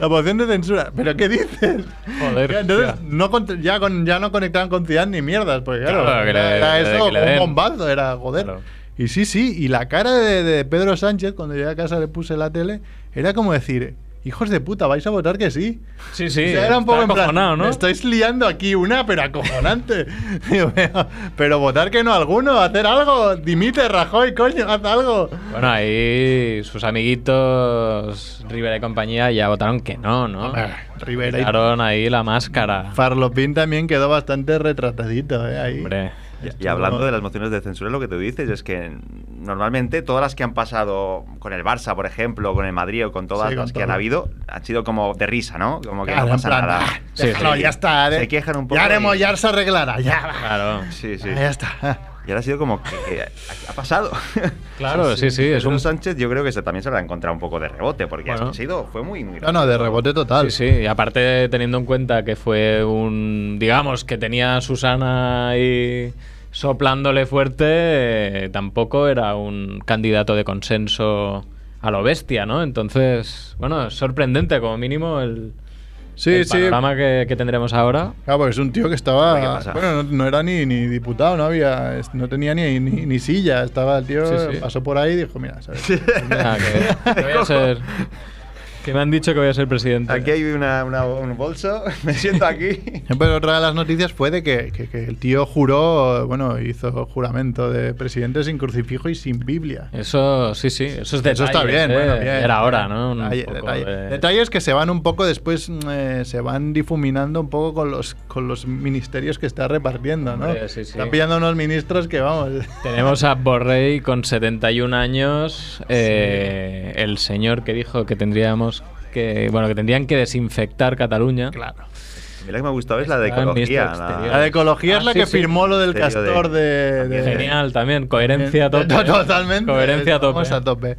[SPEAKER 2] La moción de censura. ¿Pero qué dices?
[SPEAKER 1] Joder,
[SPEAKER 2] Ya, Entonces
[SPEAKER 1] ya.
[SPEAKER 2] no con- ya, con- ya no conectaban con Zidane ni mierdas, porque claro,
[SPEAKER 1] Claro, que
[SPEAKER 2] era,
[SPEAKER 1] le-
[SPEAKER 2] era
[SPEAKER 1] que
[SPEAKER 2] eso
[SPEAKER 1] le
[SPEAKER 2] un
[SPEAKER 1] den.
[SPEAKER 2] bombazo, era joder.
[SPEAKER 1] Claro.
[SPEAKER 2] Y sí, sí, y la cara de, de Pedro Sánchez, cuando llegué a casa le puse la tele, era como decir, hijos de puta, vais a votar que sí.
[SPEAKER 1] Sí, sí.
[SPEAKER 2] O sea, era un
[SPEAKER 1] está
[SPEAKER 2] poco en plan,
[SPEAKER 1] acojonado, ¿no?
[SPEAKER 2] "Me estáis liando aquí una, pero acojonante. Digo, pero, pero votar que no alguno, hacer algo, dimite Rajoy, coño, haz algo.
[SPEAKER 1] Bueno, ahí sus amiguitos Rivera y compañía ya votaron que no, ¿no?
[SPEAKER 2] Ah, Rivera y
[SPEAKER 1] Tiraron ahí la máscara.
[SPEAKER 2] Farlopín también quedó bastante retratadito, ¿eh? Ahí.
[SPEAKER 1] Hombre.
[SPEAKER 5] Y, y hablando de las mociones de censura, lo que tú dices es que normalmente todas las que han pasado con el Barça, por ejemplo, con el Madrid o con todas
[SPEAKER 2] Sí, con
[SPEAKER 5] las que han
[SPEAKER 2] todo.
[SPEAKER 5] habido, han sido como de risa, ¿no? Como que
[SPEAKER 2] Claro,
[SPEAKER 5] no
[SPEAKER 2] en
[SPEAKER 5] pasa
[SPEAKER 2] plan,
[SPEAKER 5] nada.
[SPEAKER 2] "Ah,
[SPEAKER 1] Sí,
[SPEAKER 2] déjalo,
[SPEAKER 1] sí.
[SPEAKER 2] ya está.
[SPEAKER 5] Se
[SPEAKER 2] de-
[SPEAKER 5] quejan un poco
[SPEAKER 2] Ya haremos,
[SPEAKER 5] y-
[SPEAKER 2] ya se arreglará. Ya, va".
[SPEAKER 1] Claro.
[SPEAKER 5] Sí, sí.
[SPEAKER 2] Ah, ya está.
[SPEAKER 5] Y ahora ha sido como que, que ha- ha pasado.
[SPEAKER 1] Claro, sí, sí. Es
[SPEAKER 5] Pedro
[SPEAKER 1] un...
[SPEAKER 5] Sánchez yo creo que se, también se habrá encontrado un poco de rebote, porque
[SPEAKER 1] Bueno.
[SPEAKER 5] ha sido, fue muy, muy
[SPEAKER 2] No, no, de rebote total.
[SPEAKER 1] Sí, sí. Y aparte, teniendo en cuenta que fue un. Digamos, que tenía a Susana ahí soplándole fuerte, eh, tampoco era un candidato de consenso a lo bestia, ¿no? Entonces, bueno, es sorprendente, como mínimo, el,
[SPEAKER 2] sí.
[SPEAKER 1] el
[SPEAKER 2] sí.
[SPEAKER 1] panorama que, que tendremos ahora.
[SPEAKER 2] Claro, porque es un tío que
[SPEAKER 5] ¿Qué
[SPEAKER 2] estaba.
[SPEAKER 5] pasa?
[SPEAKER 2] Bueno, no, no era ni, ni diputado, no había. es- No tenía ni, ni, ni silla. Estaba el tío,
[SPEAKER 1] Sí, sí.
[SPEAKER 2] pasó por ahí y dijo: Mira, ¿sabes?
[SPEAKER 1] Ah, que, que voy a ser- que me han dicho que voy a ser presidente.
[SPEAKER 5] Aquí hay una, una- un bolso, me siento aquí.
[SPEAKER 2] Pero otra de las noticias fue de que, que- que el tío juró, bueno, hizo juramento de presidente sin crucifijo y sin Biblia.
[SPEAKER 1] Eso, sí, sí. Eso es
[SPEAKER 2] Eso está
[SPEAKER 1] detalles,
[SPEAKER 2] bien,
[SPEAKER 1] ¿eh?
[SPEAKER 2] bueno, bien.
[SPEAKER 1] Era hora, ¿no? Un
[SPEAKER 2] Detalle-
[SPEAKER 1] poco
[SPEAKER 2] detalle.
[SPEAKER 1] de-
[SPEAKER 2] Detalles que se van un poco después, mm, eh, se van difuminando un poco con los, con los ministerios que está repartiendo, ¿no?
[SPEAKER 1] Hombre, sí, sí.
[SPEAKER 2] Está pillando unos ministros que, vamos.
[SPEAKER 1] Tenemos a Borrell con 71 años, eh, el señor que dijo que tendríamos que, bueno, que tendrían que desinfectar Cataluña.
[SPEAKER 2] Claro.
[SPEAKER 5] A mí la que me ha gustado es la de
[SPEAKER 1] Está en
[SPEAKER 5] ecología.
[SPEAKER 1] Mr.
[SPEAKER 5] la-
[SPEAKER 1] Exterior.
[SPEAKER 2] La de ecología
[SPEAKER 1] Ah,
[SPEAKER 2] es la
[SPEAKER 1] sí,
[SPEAKER 2] que
[SPEAKER 1] sí.
[SPEAKER 2] firmó lo del
[SPEAKER 5] Ministerio de-
[SPEAKER 2] castor de. de-
[SPEAKER 1] Genial también, coherencia a
[SPEAKER 2] de-
[SPEAKER 1] tope.
[SPEAKER 2] Eh, Totalmente.
[SPEAKER 1] Coherencia a tope.
[SPEAKER 2] Vamos a tope.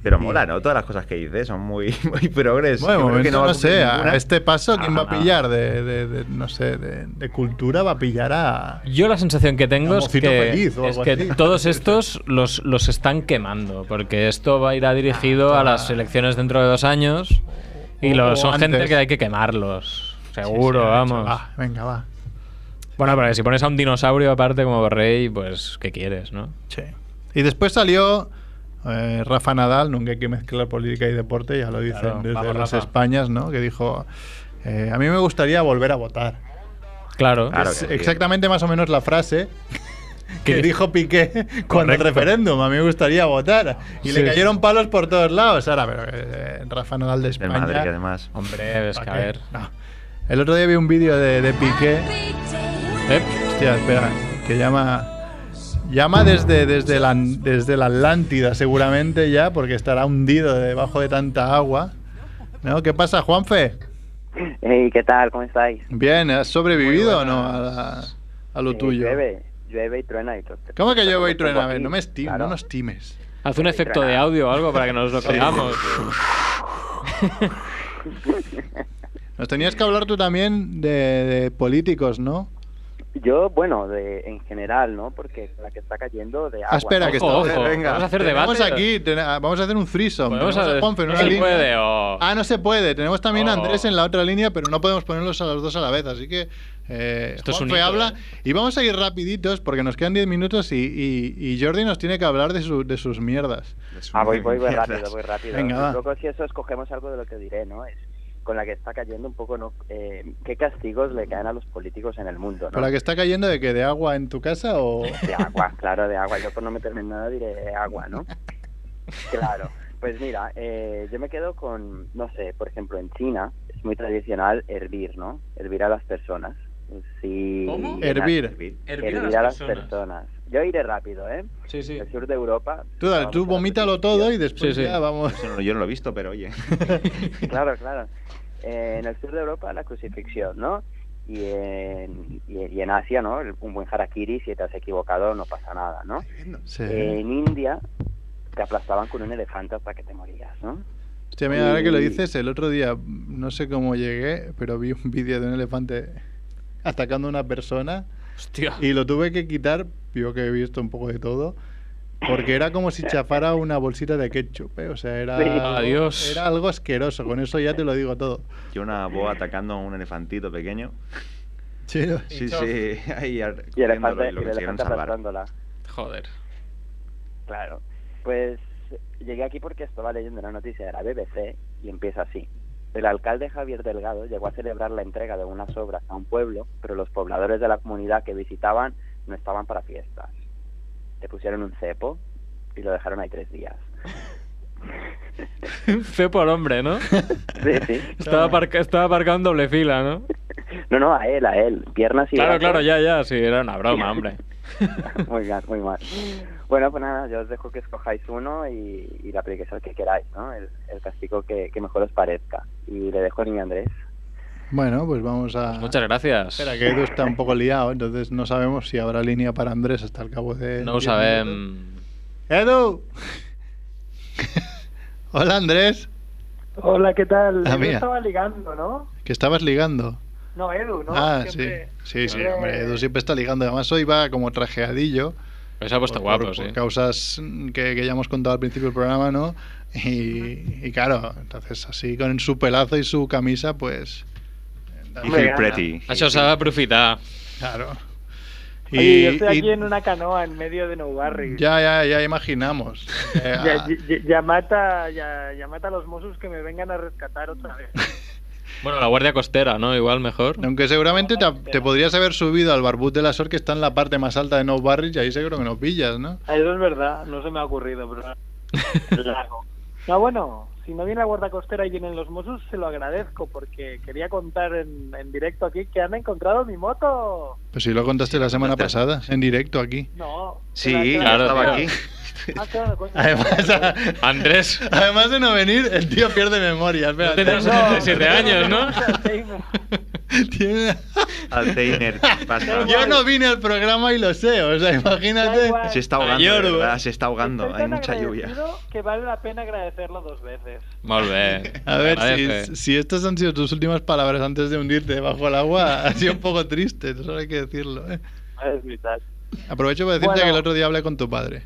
[SPEAKER 5] Pero mola, ¿no? Todas las cosas que dices son muy, muy progres.
[SPEAKER 2] Bueno,
[SPEAKER 5] Yo creo
[SPEAKER 2] momento,
[SPEAKER 5] que
[SPEAKER 2] no,
[SPEAKER 5] va a cumplir
[SPEAKER 2] sé, a-
[SPEAKER 5] ninguna.
[SPEAKER 2] a este paso, ¿quién va
[SPEAKER 5] Ah,
[SPEAKER 2] a
[SPEAKER 5] no.
[SPEAKER 2] pillar? De, de- de- no sé, de, de cultura va a pillar a.
[SPEAKER 1] Yo la sensación que tengo
[SPEAKER 2] Un
[SPEAKER 1] es que,
[SPEAKER 2] mocito feliz o
[SPEAKER 1] es
[SPEAKER 2] algo
[SPEAKER 1] que
[SPEAKER 2] así.
[SPEAKER 1] todos estos los, los están quemando, porque esto va a ir a dirigido a las elecciones dentro de dos años y
[SPEAKER 2] Ah, O- o
[SPEAKER 1] los, son gente
[SPEAKER 2] antes.
[SPEAKER 1] que hay que quemarlos. Seguro, vamos.
[SPEAKER 2] Va, "Ah, venga, va.
[SPEAKER 1] Bueno, pero si pones a un dinosaurio aparte como Borrell, pues ¿qué quieres, no?
[SPEAKER 2] Sí. Y después salió eh, Rafa Nadal, nunca hay que mezclar política y deporte, ya lo dicen
[SPEAKER 1] Claro,
[SPEAKER 2] desde
[SPEAKER 1] vamos,
[SPEAKER 2] las
[SPEAKER 1] Rafa.
[SPEAKER 2] Españas, ¿no? Que dijo: eh, A mí me gustaría volver a votar.
[SPEAKER 1] Claro.
[SPEAKER 5] Claro
[SPEAKER 2] Es
[SPEAKER 5] que sí.
[SPEAKER 2] exactamente más o menos la frase que
[SPEAKER 1] ¿Qué?
[SPEAKER 2] dijo Piqué cuando el referéndum. A mí me gustaría votar. Y
[SPEAKER 1] Sí.
[SPEAKER 2] le cayeron palos por todos lados. Ahora, pero eh, Rafa Nadal de
[SPEAKER 5] Del
[SPEAKER 2] España. Ah,
[SPEAKER 5] Madrid, que además.
[SPEAKER 1] Hombre, es
[SPEAKER 2] ¿pa'
[SPEAKER 1] que
[SPEAKER 2] qué?
[SPEAKER 1] a ver.
[SPEAKER 2] No. El otro día vi un vídeo de, de Piqué.
[SPEAKER 1] Ep.
[SPEAKER 2] Hostia, espera, que llama. Llama desde, desde, la, desde la Atlántida, seguramente ya, porque estará hundido debajo de tanta agua. ¿No? ¿Qué pasa, Juanfe?
[SPEAKER 8] Hey, ¿qué tal? ¿Cómo estáis?
[SPEAKER 2] Bien, ¿has sobrevivido o no a, la- a lo
[SPEAKER 8] Eh,
[SPEAKER 2] tuyo?
[SPEAKER 8] Llueve, llueve y truena. Y todo.
[SPEAKER 2] ¿Cómo que yo voy
[SPEAKER 8] Como
[SPEAKER 2] truena? A
[SPEAKER 8] tengo
[SPEAKER 2] ver,
[SPEAKER 8] aquí,
[SPEAKER 2] no me esti-
[SPEAKER 8] claro.
[SPEAKER 2] no nos times.
[SPEAKER 1] Haz un efecto de audio o algo para que nos lo creamos.
[SPEAKER 2] Nos tenías que hablar tú también de, de políticos, ¿no?
[SPEAKER 8] Yo, bueno, de, en general, ¿no? Porque la que está cayendo de agua.
[SPEAKER 2] Ah, espera, que
[SPEAKER 1] Ojo,
[SPEAKER 2] estamos.
[SPEAKER 1] ojo.
[SPEAKER 5] Venga.
[SPEAKER 1] Vamos a hacer debate.
[SPEAKER 2] Tenemos aquí, ten- ah, vamos a hacer un threesome.
[SPEAKER 1] Podemos
[SPEAKER 2] Tenemos
[SPEAKER 1] hacer-
[SPEAKER 2] a Juanfe en
[SPEAKER 1] no
[SPEAKER 2] una
[SPEAKER 1] se
[SPEAKER 2] línea.
[SPEAKER 1] puede, o-
[SPEAKER 2] Ah, no se puede. Tenemos también a
[SPEAKER 1] Oh.
[SPEAKER 2] Andrés en la otra línea, pero no podemos ponerlos a los dos a la vez. Así que eh,
[SPEAKER 1] Esto es
[SPEAKER 2] Juanfe
[SPEAKER 1] un hito,
[SPEAKER 2] habla.
[SPEAKER 1] ¿eh?
[SPEAKER 2] Y vamos a ir rapiditos porque nos quedan 10 minutos y, y- y Jordi nos tiene que hablar de, su- de sus mierdas.
[SPEAKER 8] Ah, voy, voy, voy rápido, voy rápido.
[SPEAKER 2] Venga, va.
[SPEAKER 8] un poco si eso escogemos algo de lo que diré, ¿no? Es con la que está cayendo un poco, ¿no? Eh, ¿Qué castigos le caen a los políticos en el mundo,
[SPEAKER 2] ¿Pero
[SPEAKER 8] no?
[SPEAKER 2] la que está cayendo de que ¿De agua en tu casa o...?
[SPEAKER 8] De agua, claro, de agua. Yo por no meterme en nada diré de agua, ¿no? Claro. Pues mira, eh, yo me quedo con, no sé, por ejemplo, en China es muy tradicional hervir, ¿no? Hervir a las personas. Sí.
[SPEAKER 1] ¿Cómo?
[SPEAKER 2] Hervir.
[SPEAKER 1] Hervir a
[SPEAKER 8] hervir
[SPEAKER 1] las
[SPEAKER 8] a las
[SPEAKER 1] personas.
[SPEAKER 8] personas. Yo iré rápido, ¿eh?
[SPEAKER 1] Sí, sí.
[SPEAKER 8] El sur de Europa.
[SPEAKER 2] Tú dale,
[SPEAKER 8] Vamos a
[SPEAKER 2] tú
[SPEAKER 8] la
[SPEAKER 2] vomítalo todo y después
[SPEAKER 1] Sí, sí.
[SPEAKER 2] ya vamos.
[SPEAKER 5] Eso no- yo no lo he visto, pero oye.
[SPEAKER 8] crucifixión. Claro, claro. Eh, en el sur de Europa, la crucifixión, ¿no? Y en, y, y en Asia, ¿no? El- Un buen harakiri, si te has equivocado, no pasa nada, ¿no?
[SPEAKER 2] Sí.
[SPEAKER 8] eh, En India, te aplastaban con un elefante hasta que te morías, ¿no?
[SPEAKER 2] Hostia, mira, ahora que lo
[SPEAKER 8] y-
[SPEAKER 2] dices, el otro día, no sé cómo llegué, pero vi un vídeo de un elefante atacando a una persona
[SPEAKER 1] Hostia.
[SPEAKER 2] y lo tuve que quitar, yo que he visto un poco de todo, porque era como si chafara una bolsita de ketchup, ¿eh? o sea, era,
[SPEAKER 8] Sí.
[SPEAKER 1] Adiós.
[SPEAKER 2] era algo asqueroso, con eso ya te lo digo todo.
[SPEAKER 5] Yo una boa atacando a un elefantito pequeño.
[SPEAKER 2] Sí, no-
[SPEAKER 5] Sí, sí, ahí ar- cogiéndolo y lo
[SPEAKER 8] Y el elefante, y el
[SPEAKER 5] consiguieron
[SPEAKER 8] elefante
[SPEAKER 5] salvar.
[SPEAKER 8] aplastándola.
[SPEAKER 1] Joder.
[SPEAKER 8] Claro. Pues llegué aquí porque estaba leyendo una noticia de la BBC y empieza así. El alcalde Javier Delgado llegó a celebrar la entrega de unas obras a un pueblo, pero los pobladores de la comunidad que visitaban no estaban para fiestas. Le pusieron un cepo y lo dejaron ahí tres días.
[SPEAKER 1] Fe por hombre, ¿no?
[SPEAKER 8] Sí, sí.
[SPEAKER 1] Estaba, aparca- estaba aparcado en doble fila, ¿no?
[SPEAKER 8] No, no, a él, a él. Piernas y
[SPEAKER 1] claro, claro,
[SPEAKER 8] brazos.
[SPEAKER 1] ya, ya. Sí, era una broma, hombre.
[SPEAKER 8] Muy mal, muy mal. Bueno, pues nada, yo os dejo que escojáis uno y, y la apliquéis al que queráis, ¿no? El, el castigo que, que mejor os parezca. Y le dejo a niño Andrés.
[SPEAKER 2] Bueno, pues vamos a...
[SPEAKER 1] Muchas gracias.
[SPEAKER 2] Espera, que Edu está un poco liado, entonces no sabemos si habrá línea para Andrés hasta el cabo de...
[SPEAKER 1] No ho
[SPEAKER 2] 10 minutos.
[SPEAKER 1] sabem.
[SPEAKER 2] ¡Edu! Hola, Andrés,
[SPEAKER 7] Hola, ¿qué tal?
[SPEAKER 2] Ah,
[SPEAKER 7] Yo
[SPEAKER 2] mira.
[SPEAKER 7] estaba ligando, ¿no?
[SPEAKER 2] que estabas ligando.
[SPEAKER 7] No, Edu, ¿no?
[SPEAKER 2] ah,
[SPEAKER 7] Siempre-
[SPEAKER 2] sí. Sí, sí,
[SPEAKER 7] siempre-
[SPEAKER 2] hombre, Edu siempre está ligando. Además, hoy va como trajeadillo.
[SPEAKER 1] Pues se ha puesto
[SPEAKER 2] por-
[SPEAKER 1] guapo,
[SPEAKER 2] por,
[SPEAKER 1] sí.
[SPEAKER 2] por causas mm, que, que ya hemos contado al principio del programa, ¿no? Y, y claro, entonces así con su pelazo y su camisa, pues.
[SPEAKER 5] Y
[SPEAKER 7] Hombre,
[SPEAKER 5] feel pretty.
[SPEAKER 1] Això s'ha d'aprofitar.
[SPEAKER 2] Claro.
[SPEAKER 7] Oye, yo estoy aquí en una canoa en medio de Nou Barris.
[SPEAKER 2] Ya, ya, ya imaginamos. Eh,
[SPEAKER 7] Ya, ya- ya mata, ya, ya mata a los mozos que me vengan a rescatar otra vez.
[SPEAKER 1] Bueno, la guardia costera, ¿no? Igual mejor.
[SPEAKER 2] Aunque seguramente te, te podrías haber subido al barbut de la Sor, que está en la parte más alta de No Barrich, y ahí seguro que no pillas, ¿no?
[SPEAKER 7] Eso es verdad, no se me ha ocurrido, pero lo hago. No, bueno, si no viene la guarda costera y vienen los Mossos, se lo agradezco porque quería contar en, en directo aquí que han encontrado mi moto.
[SPEAKER 2] Pues si lo contaste la semana pasada, en directo aquí.
[SPEAKER 7] No. pero
[SPEAKER 5] Sí,
[SPEAKER 7] han
[SPEAKER 5] yo
[SPEAKER 7] quedado-
[SPEAKER 5] estaba aquí.
[SPEAKER 7] han quedado- coño.
[SPEAKER 2] Además, a-
[SPEAKER 1] Andrés,
[SPEAKER 2] además de no venir, el tío pierde memoria.
[SPEAKER 1] no
[SPEAKER 2] Espérate.
[SPEAKER 1] tendrás 77 años, ¿no?
[SPEAKER 2] Tiene-
[SPEAKER 5] Alzheimer. pasa.
[SPEAKER 2] Yo no vine al programa y lo sé, o sea,
[SPEAKER 7] Da
[SPEAKER 2] imagínate.
[SPEAKER 7] igual.
[SPEAKER 5] Se está ahogando,
[SPEAKER 1] Ayer,
[SPEAKER 5] de verdad,
[SPEAKER 1] güey.
[SPEAKER 5] se está ahogando.
[SPEAKER 7] Estoy
[SPEAKER 5] Hay
[SPEAKER 7] tan
[SPEAKER 5] mucha lluvia.
[SPEAKER 7] agradecido Que vale la pena agradecerlo dos veces.
[SPEAKER 1] Molt bé.
[SPEAKER 2] A ver, eh.
[SPEAKER 1] Agradece.
[SPEAKER 2] si, si estas han sido tus últimas palabras antes de hundirte bajo el agua, ha sido un poco triste, eso hay que decirlo. ¿eh?
[SPEAKER 7] Es verdad.
[SPEAKER 2] Aprovecho para decirte
[SPEAKER 7] Bueno.
[SPEAKER 2] que el otro día hablé con tu padre.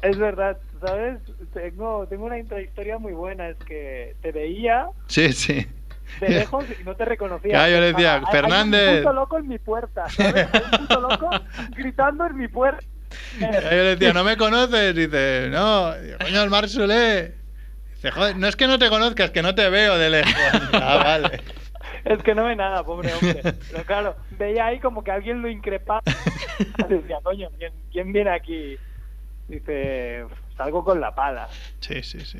[SPEAKER 7] Es verdad, ¿sabes? Tengo, tengo una intrahistoria muy buena, es que te veía
[SPEAKER 2] Sí, sí.
[SPEAKER 7] de lejos y no te reconocía.
[SPEAKER 2] Claro, yo le decía,
[SPEAKER 7] Hay- hay
[SPEAKER 2] "Fernández".
[SPEAKER 7] un puto loco en mi puerta, ¿sabes? Hay un puto loco gritando en mi puerta.
[SPEAKER 2] Yo le decía, ¿no me conoces? Dice, no, Digo, coño, el Marc Solé. Dice, joder, no es que no te conozcas, que no te veo de lejos. Ah, vale.
[SPEAKER 7] Es que no ve nada, pobre hombre. Pero claro, veía ahí como que alguien lo increpaba. Decía, coño, ¿quién, quién viene aquí? Dice, salgo con la pala.
[SPEAKER 2] Sí, sí, sí.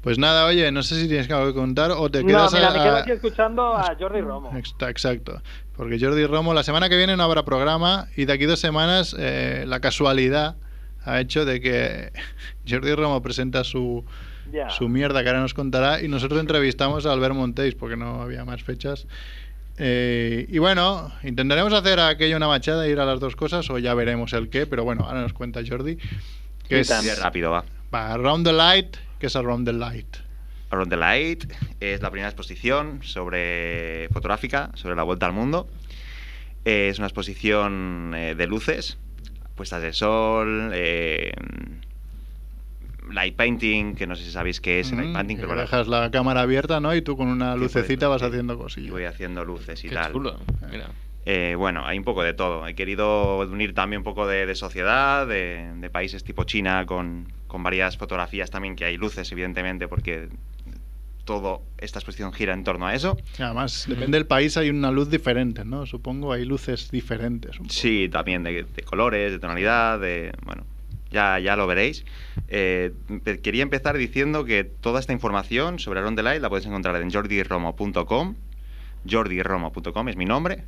[SPEAKER 2] Pues nada, oye, no sé si tienes algo que contar o te
[SPEAKER 7] No,
[SPEAKER 2] quedas
[SPEAKER 7] mira,
[SPEAKER 2] a-
[SPEAKER 7] me quedo
[SPEAKER 2] a-
[SPEAKER 7] aquí escuchando a Jordi Romo.
[SPEAKER 2] Exacto, exacto. Porque Jordi Romo, la semana que viene no habrá programa y de aquí dos semanas eh, la casualidad ha hecho de que Jordi Romo presenta su,
[SPEAKER 7] Ya.
[SPEAKER 2] su mierda que ahora nos contará y nosotros entrevistamos a Albert Montéis porque no había más fechas. Eh, y bueno, intentaremos hacer aquello una machada, ir a las dos cosas o ya veremos el qué, pero bueno, ahora nos cuenta Jordi. Que es
[SPEAKER 5] Sí, rápido, va.
[SPEAKER 2] va, Around the Light, que es Around the Light.
[SPEAKER 5] Around the Light es la primera exposición sobre fotográfica, sobre la vuelta al mundo. Eh, Es una exposición eh, de luces, puestas de sol, eh, light painting, que no sé si sabéis qué es el light
[SPEAKER 2] Ujú,
[SPEAKER 5] painting,
[SPEAKER 2] Mm, que
[SPEAKER 5] pero bueno,
[SPEAKER 2] dejas la cámara abierta, ¿no? Y tú con una
[SPEAKER 5] tipo de
[SPEAKER 2] lucecita vas
[SPEAKER 5] luces, sí.
[SPEAKER 2] haciendo
[SPEAKER 5] Y
[SPEAKER 2] cosillas.
[SPEAKER 5] voy haciendo luces y
[SPEAKER 1] Qué
[SPEAKER 5] tal.
[SPEAKER 1] chulo. Mira.
[SPEAKER 5] Eh, bueno, hay un poco de todo. He querido unir también un poco de, de sociedad, de, de países tipo China, con, con varias fotografías también, que hay luces, evidentemente, porque todo esta exposición gira en torno a eso.
[SPEAKER 2] Además,
[SPEAKER 5] Mm.
[SPEAKER 2] depende del país, hay una luz diferente, ¿no? Supongo hay luces diferentes. un poco.
[SPEAKER 5] Sí, también de, de colores, de tonalidad, de... Bueno, ya, ya lo veréis. Eh, empe- quería empezar diciendo que toda esta información sobre Aaron Light la podéis encontrar en jordiromo.com. jordiromo.com es mi nombre.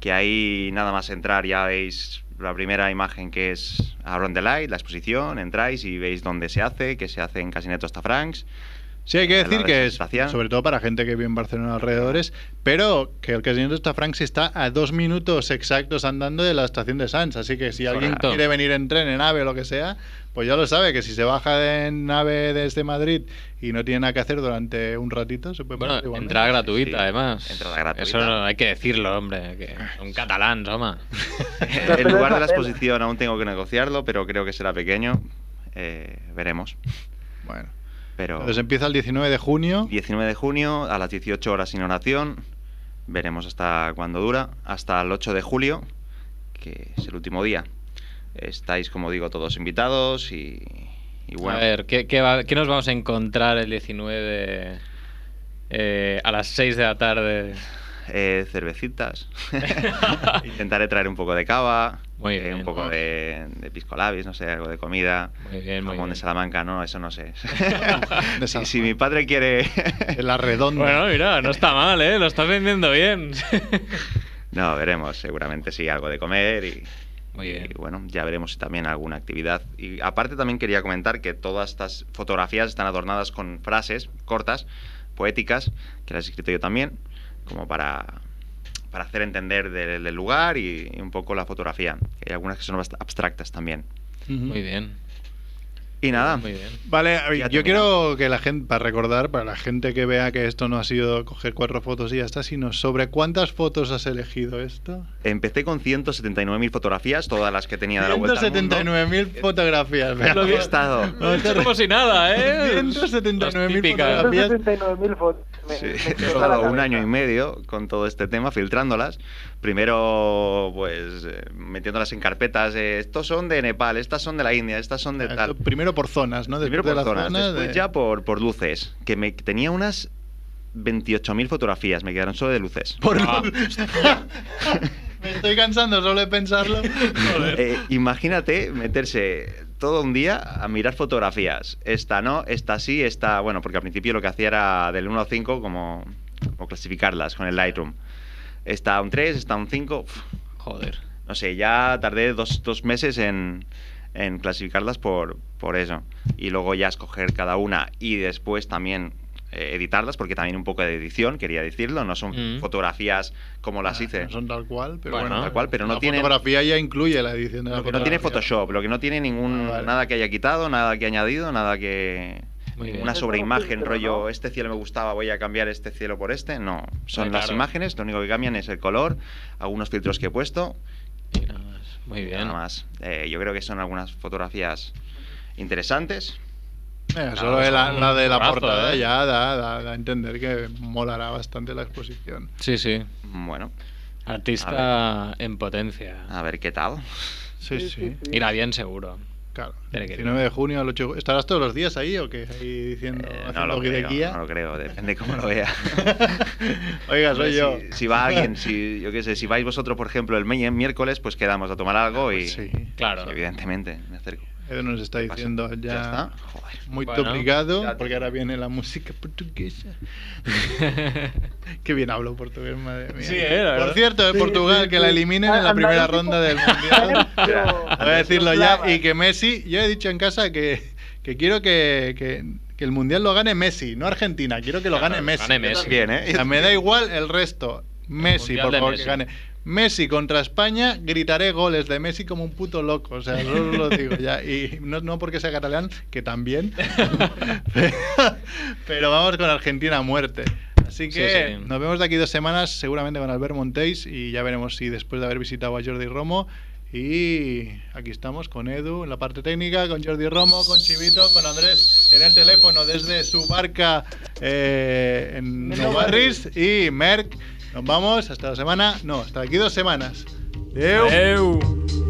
[SPEAKER 5] que ahí nada más entrar ya veis la primera imagen que es Around the Light, la exposición, entráis y veis dónde se hace, que se hace en Casineto hasta Franks.
[SPEAKER 2] Sí, hay que
[SPEAKER 5] la
[SPEAKER 2] decir que es,
[SPEAKER 5] desestación.
[SPEAKER 2] sobre todo para gente que vive en Barcelona alrededores, pero que el casino está Franks está a dos minutos exactos andando de la estación de Sanz, así que si alguien
[SPEAKER 1] Correcto.
[SPEAKER 2] quiere venir en tren, en AVE o lo que sea, pues ya lo sabe, que si se baja de en AVE desde Madrid y no tiene nada que hacer durante un ratito, se puede
[SPEAKER 1] Bueno,
[SPEAKER 2] pasar igualmente.
[SPEAKER 1] entrada gratuita,
[SPEAKER 5] Sí,
[SPEAKER 1] además.
[SPEAKER 5] entrada gratuita.
[SPEAKER 1] Eso no- hay que decirlo, hombre. Que un catalán, toma.
[SPEAKER 5] el lugar de la exposición aún tengo que negociarlo, pero creo que será pequeño. Eh, veremos.
[SPEAKER 2] Bueno.
[SPEAKER 5] Pero
[SPEAKER 2] Entonces empieza el 19 de junio.
[SPEAKER 5] 19 de junio a las 18 horas sin oración. Veremos hasta cuándo dura. Hasta el 8 de julio, que es el último día. Estáis, como digo, todos invitados y, y bueno.
[SPEAKER 1] A ver, ¿qué, qué va- qué nos vamos a encontrar el 19 eh, a las 6 de la tarde?
[SPEAKER 5] eh, cervecitas. Intentaré traer un poco de cava,
[SPEAKER 1] Muy
[SPEAKER 5] eh,
[SPEAKER 1] bien.
[SPEAKER 5] un poco de, de pisco labis, no sé, algo de comida.
[SPEAKER 1] Muy bien, muy
[SPEAKER 5] jamón de
[SPEAKER 1] bien.
[SPEAKER 5] Salamanca, no, eso no sé.
[SPEAKER 2] De
[SPEAKER 5] si,
[SPEAKER 2] Salamanca.
[SPEAKER 5] si mi padre quiere.
[SPEAKER 2] En la redonda.
[SPEAKER 1] Bueno, mira, no está mal, ¿eh? Lo estás vendiendo bien.
[SPEAKER 5] no, veremos, seguramente sí, algo de comer y.
[SPEAKER 1] Muy bien.
[SPEAKER 5] Y bueno, ya veremos si también alguna actividad. Y aparte también quería comentar que todas estas fotografías están adornadas con frases cortas, poéticas, que las he escrito yo también, como para, para hacer entender del, del lugar y, y un poco la fotografía. Hay algunas que son bast- abstractas también.
[SPEAKER 2] Ujú.
[SPEAKER 1] Muy bien.
[SPEAKER 5] Y nada,
[SPEAKER 1] Muy bien.
[SPEAKER 2] Vale, a ver,
[SPEAKER 5] Ya
[SPEAKER 2] yo quiero
[SPEAKER 5] terminamos.
[SPEAKER 2] que la gente, para recordar, para la gente que vea que esto no ha sido coger cuatro fotos y ya está, sino sobre cuántas fotos has elegido esto.
[SPEAKER 5] empecé con 179.000 fotografías, todas las que tenía de la vuelta al mundo. Eh,
[SPEAKER 2] 179.000 fotografías. vea.
[SPEAKER 5] Lo que he estado.
[SPEAKER 1] Lo he hecho como si nada, ¿eh?
[SPEAKER 2] 179.000
[SPEAKER 1] Típica.
[SPEAKER 2] fotografías.
[SPEAKER 7] 179.000 fotos. Me-
[SPEAKER 5] Sí,
[SPEAKER 7] me
[SPEAKER 5] he
[SPEAKER 7] explota la
[SPEAKER 5] estado un
[SPEAKER 7] cabeza.
[SPEAKER 5] año y medio con todo este tema, filtrándolas. Primero, pues, eh, metiéndolas en carpetas. eh, estos son de Nepal, estas son de la India, estas son de tal.
[SPEAKER 2] Esto Primero por zonas, ¿no?
[SPEAKER 5] Primero
[SPEAKER 2] Después de
[SPEAKER 5] por
[SPEAKER 2] las
[SPEAKER 5] zonas, después
[SPEAKER 2] de-
[SPEAKER 5] ya por, por luces. Que me tenía unas 28.000 fotografías, me quedaron solo de luces.
[SPEAKER 2] Por- Ah. Me estoy cansando solo de pensarlo.
[SPEAKER 5] Eh, imagínate meterse todo un día a mirar fotografías. Esta no, esta sí, esta. Bueno, porque al principio lo que hacía era del 1 al 5 como, como clasificarlas con el Lightroom. Esta un 3, esta un 5. uf,
[SPEAKER 1] Joder.
[SPEAKER 5] No sé, ya tardé dos, dos meses en, en clasificarlas por, por eso. Y luego ya escoger cada una y después también eh, editarlas, porque también un poco de edición, quería decirlo. No son
[SPEAKER 1] Mm.
[SPEAKER 5] fotografías como las hice.
[SPEAKER 2] Ah, No son tal cual, pero bueno.
[SPEAKER 1] Bueno,
[SPEAKER 5] tal cual, pero no
[SPEAKER 2] la
[SPEAKER 5] tienen-
[SPEAKER 2] fotografía ya incluye la edición de la
[SPEAKER 5] Lo que no tiene
[SPEAKER 2] fotografía.
[SPEAKER 5] Photoshop, lo que no tiene ningún
[SPEAKER 2] Ah, vale.
[SPEAKER 5] nada que haya quitado, nada que añadido, nada que
[SPEAKER 1] Muy bien.
[SPEAKER 5] una
[SPEAKER 7] Es
[SPEAKER 5] sobreimagen,
[SPEAKER 7] como filtro,
[SPEAKER 5] rollo
[SPEAKER 7] ¿no?
[SPEAKER 5] este cielo me gustaba, voy a cambiar este cielo por este, no, son
[SPEAKER 1] Ah,
[SPEAKER 5] las
[SPEAKER 1] claro.
[SPEAKER 5] imágenes, lo único que cambian es el color, algunos filtros que he puesto,
[SPEAKER 1] Y nada más. Muy
[SPEAKER 5] y
[SPEAKER 1] bien.
[SPEAKER 5] nada más. Eh, yo creo que son algunas fotografías interesantes.
[SPEAKER 2] Eh, solo de la,
[SPEAKER 1] es un
[SPEAKER 2] la de la
[SPEAKER 1] brazo,
[SPEAKER 2] portada
[SPEAKER 1] ¿eh?
[SPEAKER 2] ya da, da- da a entender que molará bastante la exposición.
[SPEAKER 1] Sí, sí.
[SPEAKER 5] Bueno,
[SPEAKER 1] Artista en potencia.
[SPEAKER 5] a ver qué tal.
[SPEAKER 2] Sí, sí.
[SPEAKER 1] Irá bien seguro.
[SPEAKER 2] Claro.
[SPEAKER 1] Tiene que ir.
[SPEAKER 2] 19 de junio al 8 de ju- ¿Estarás todos los días ahí o qué? Ahí diciendo,
[SPEAKER 5] Eh, no,
[SPEAKER 2] haciendo
[SPEAKER 5] lo creo,
[SPEAKER 2] guidequía.
[SPEAKER 5] no lo creo, depende cómo lo vea.
[SPEAKER 2] Oiga, soy
[SPEAKER 5] Hombre,
[SPEAKER 2] yo.
[SPEAKER 5] Si, si va alguien, si yo qué sé, si vais vosotros, por ejemplo, el mi- miércoles, pues quedamos a tomar algo y
[SPEAKER 2] Ah, Pues Sí.
[SPEAKER 1] Claro.
[SPEAKER 5] evidentemente me acerco.
[SPEAKER 2] Edu nos está
[SPEAKER 5] ¿Qué pasa?
[SPEAKER 2] diciendo ya,
[SPEAKER 5] está. Joder.
[SPEAKER 2] muy
[SPEAKER 1] Bueno.
[SPEAKER 2] complicado
[SPEAKER 5] Ya-
[SPEAKER 2] porque ahora viene la música portuguesa. Qué bien hablo portugués, madre mía.
[SPEAKER 1] Sí, eh, la
[SPEAKER 2] Por
[SPEAKER 1] verdad.
[SPEAKER 2] cierto, de
[SPEAKER 7] Sí,
[SPEAKER 2] Portugal,
[SPEAKER 7] sí,
[SPEAKER 2] que la
[SPEAKER 7] sí.
[SPEAKER 2] eliminen en la
[SPEAKER 7] Andalucía.
[SPEAKER 2] primera ronda del Mundial.
[SPEAKER 7] Pero-
[SPEAKER 2] Voy a decirlo ya. Y que Messi, yo he dicho en casa que, que quiero que, que- que el Mundial lo gane Messi, no Argentina. Quiero que lo gane
[SPEAKER 1] Claro,
[SPEAKER 2] Messi.
[SPEAKER 1] gane Messi.
[SPEAKER 5] Bien, ¿eh?
[SPEAKER 2] O sea, me da igual el resto. Messi,
[SPEAKER 1] Mundial
[SPEAKER 2] por
[SPEAKER 1] de
[SPEAKER 2] favor, que
[SPEAKER 1] Messi.
[SPEAKER 2] gane. Messi contra España, gritaré goles de Messi como un puto loco. O sea, solo lo digo ya. Y no, no porque sea catalán, que también. Pero vamos con Argentina a muerte. Así
[SPEAKER 1] Sí,
[SPEAKER 2] que
[SPEAKER 1] sí.
[SPEAKER 2] nos vemos de aquí dos semanas, seguramente con Albert Montéis. Y ya veremos si después de haber visitado a Jordi Romo. Y aquí estamos con Edu en la parte técnica, con Jordi Romo, con Chivito, con Andrés en el teléfono desde su barca eh, en
[SPEAKER 7] En
[SPEAKER 2] No
[SPEAKER 7] Novarris.
[SPEAKER 2] Barris y Merck. Nos vamos hasta la semana, no, hasta aquí dos semanas. Adeu.
[SPEAKER 1] Eu.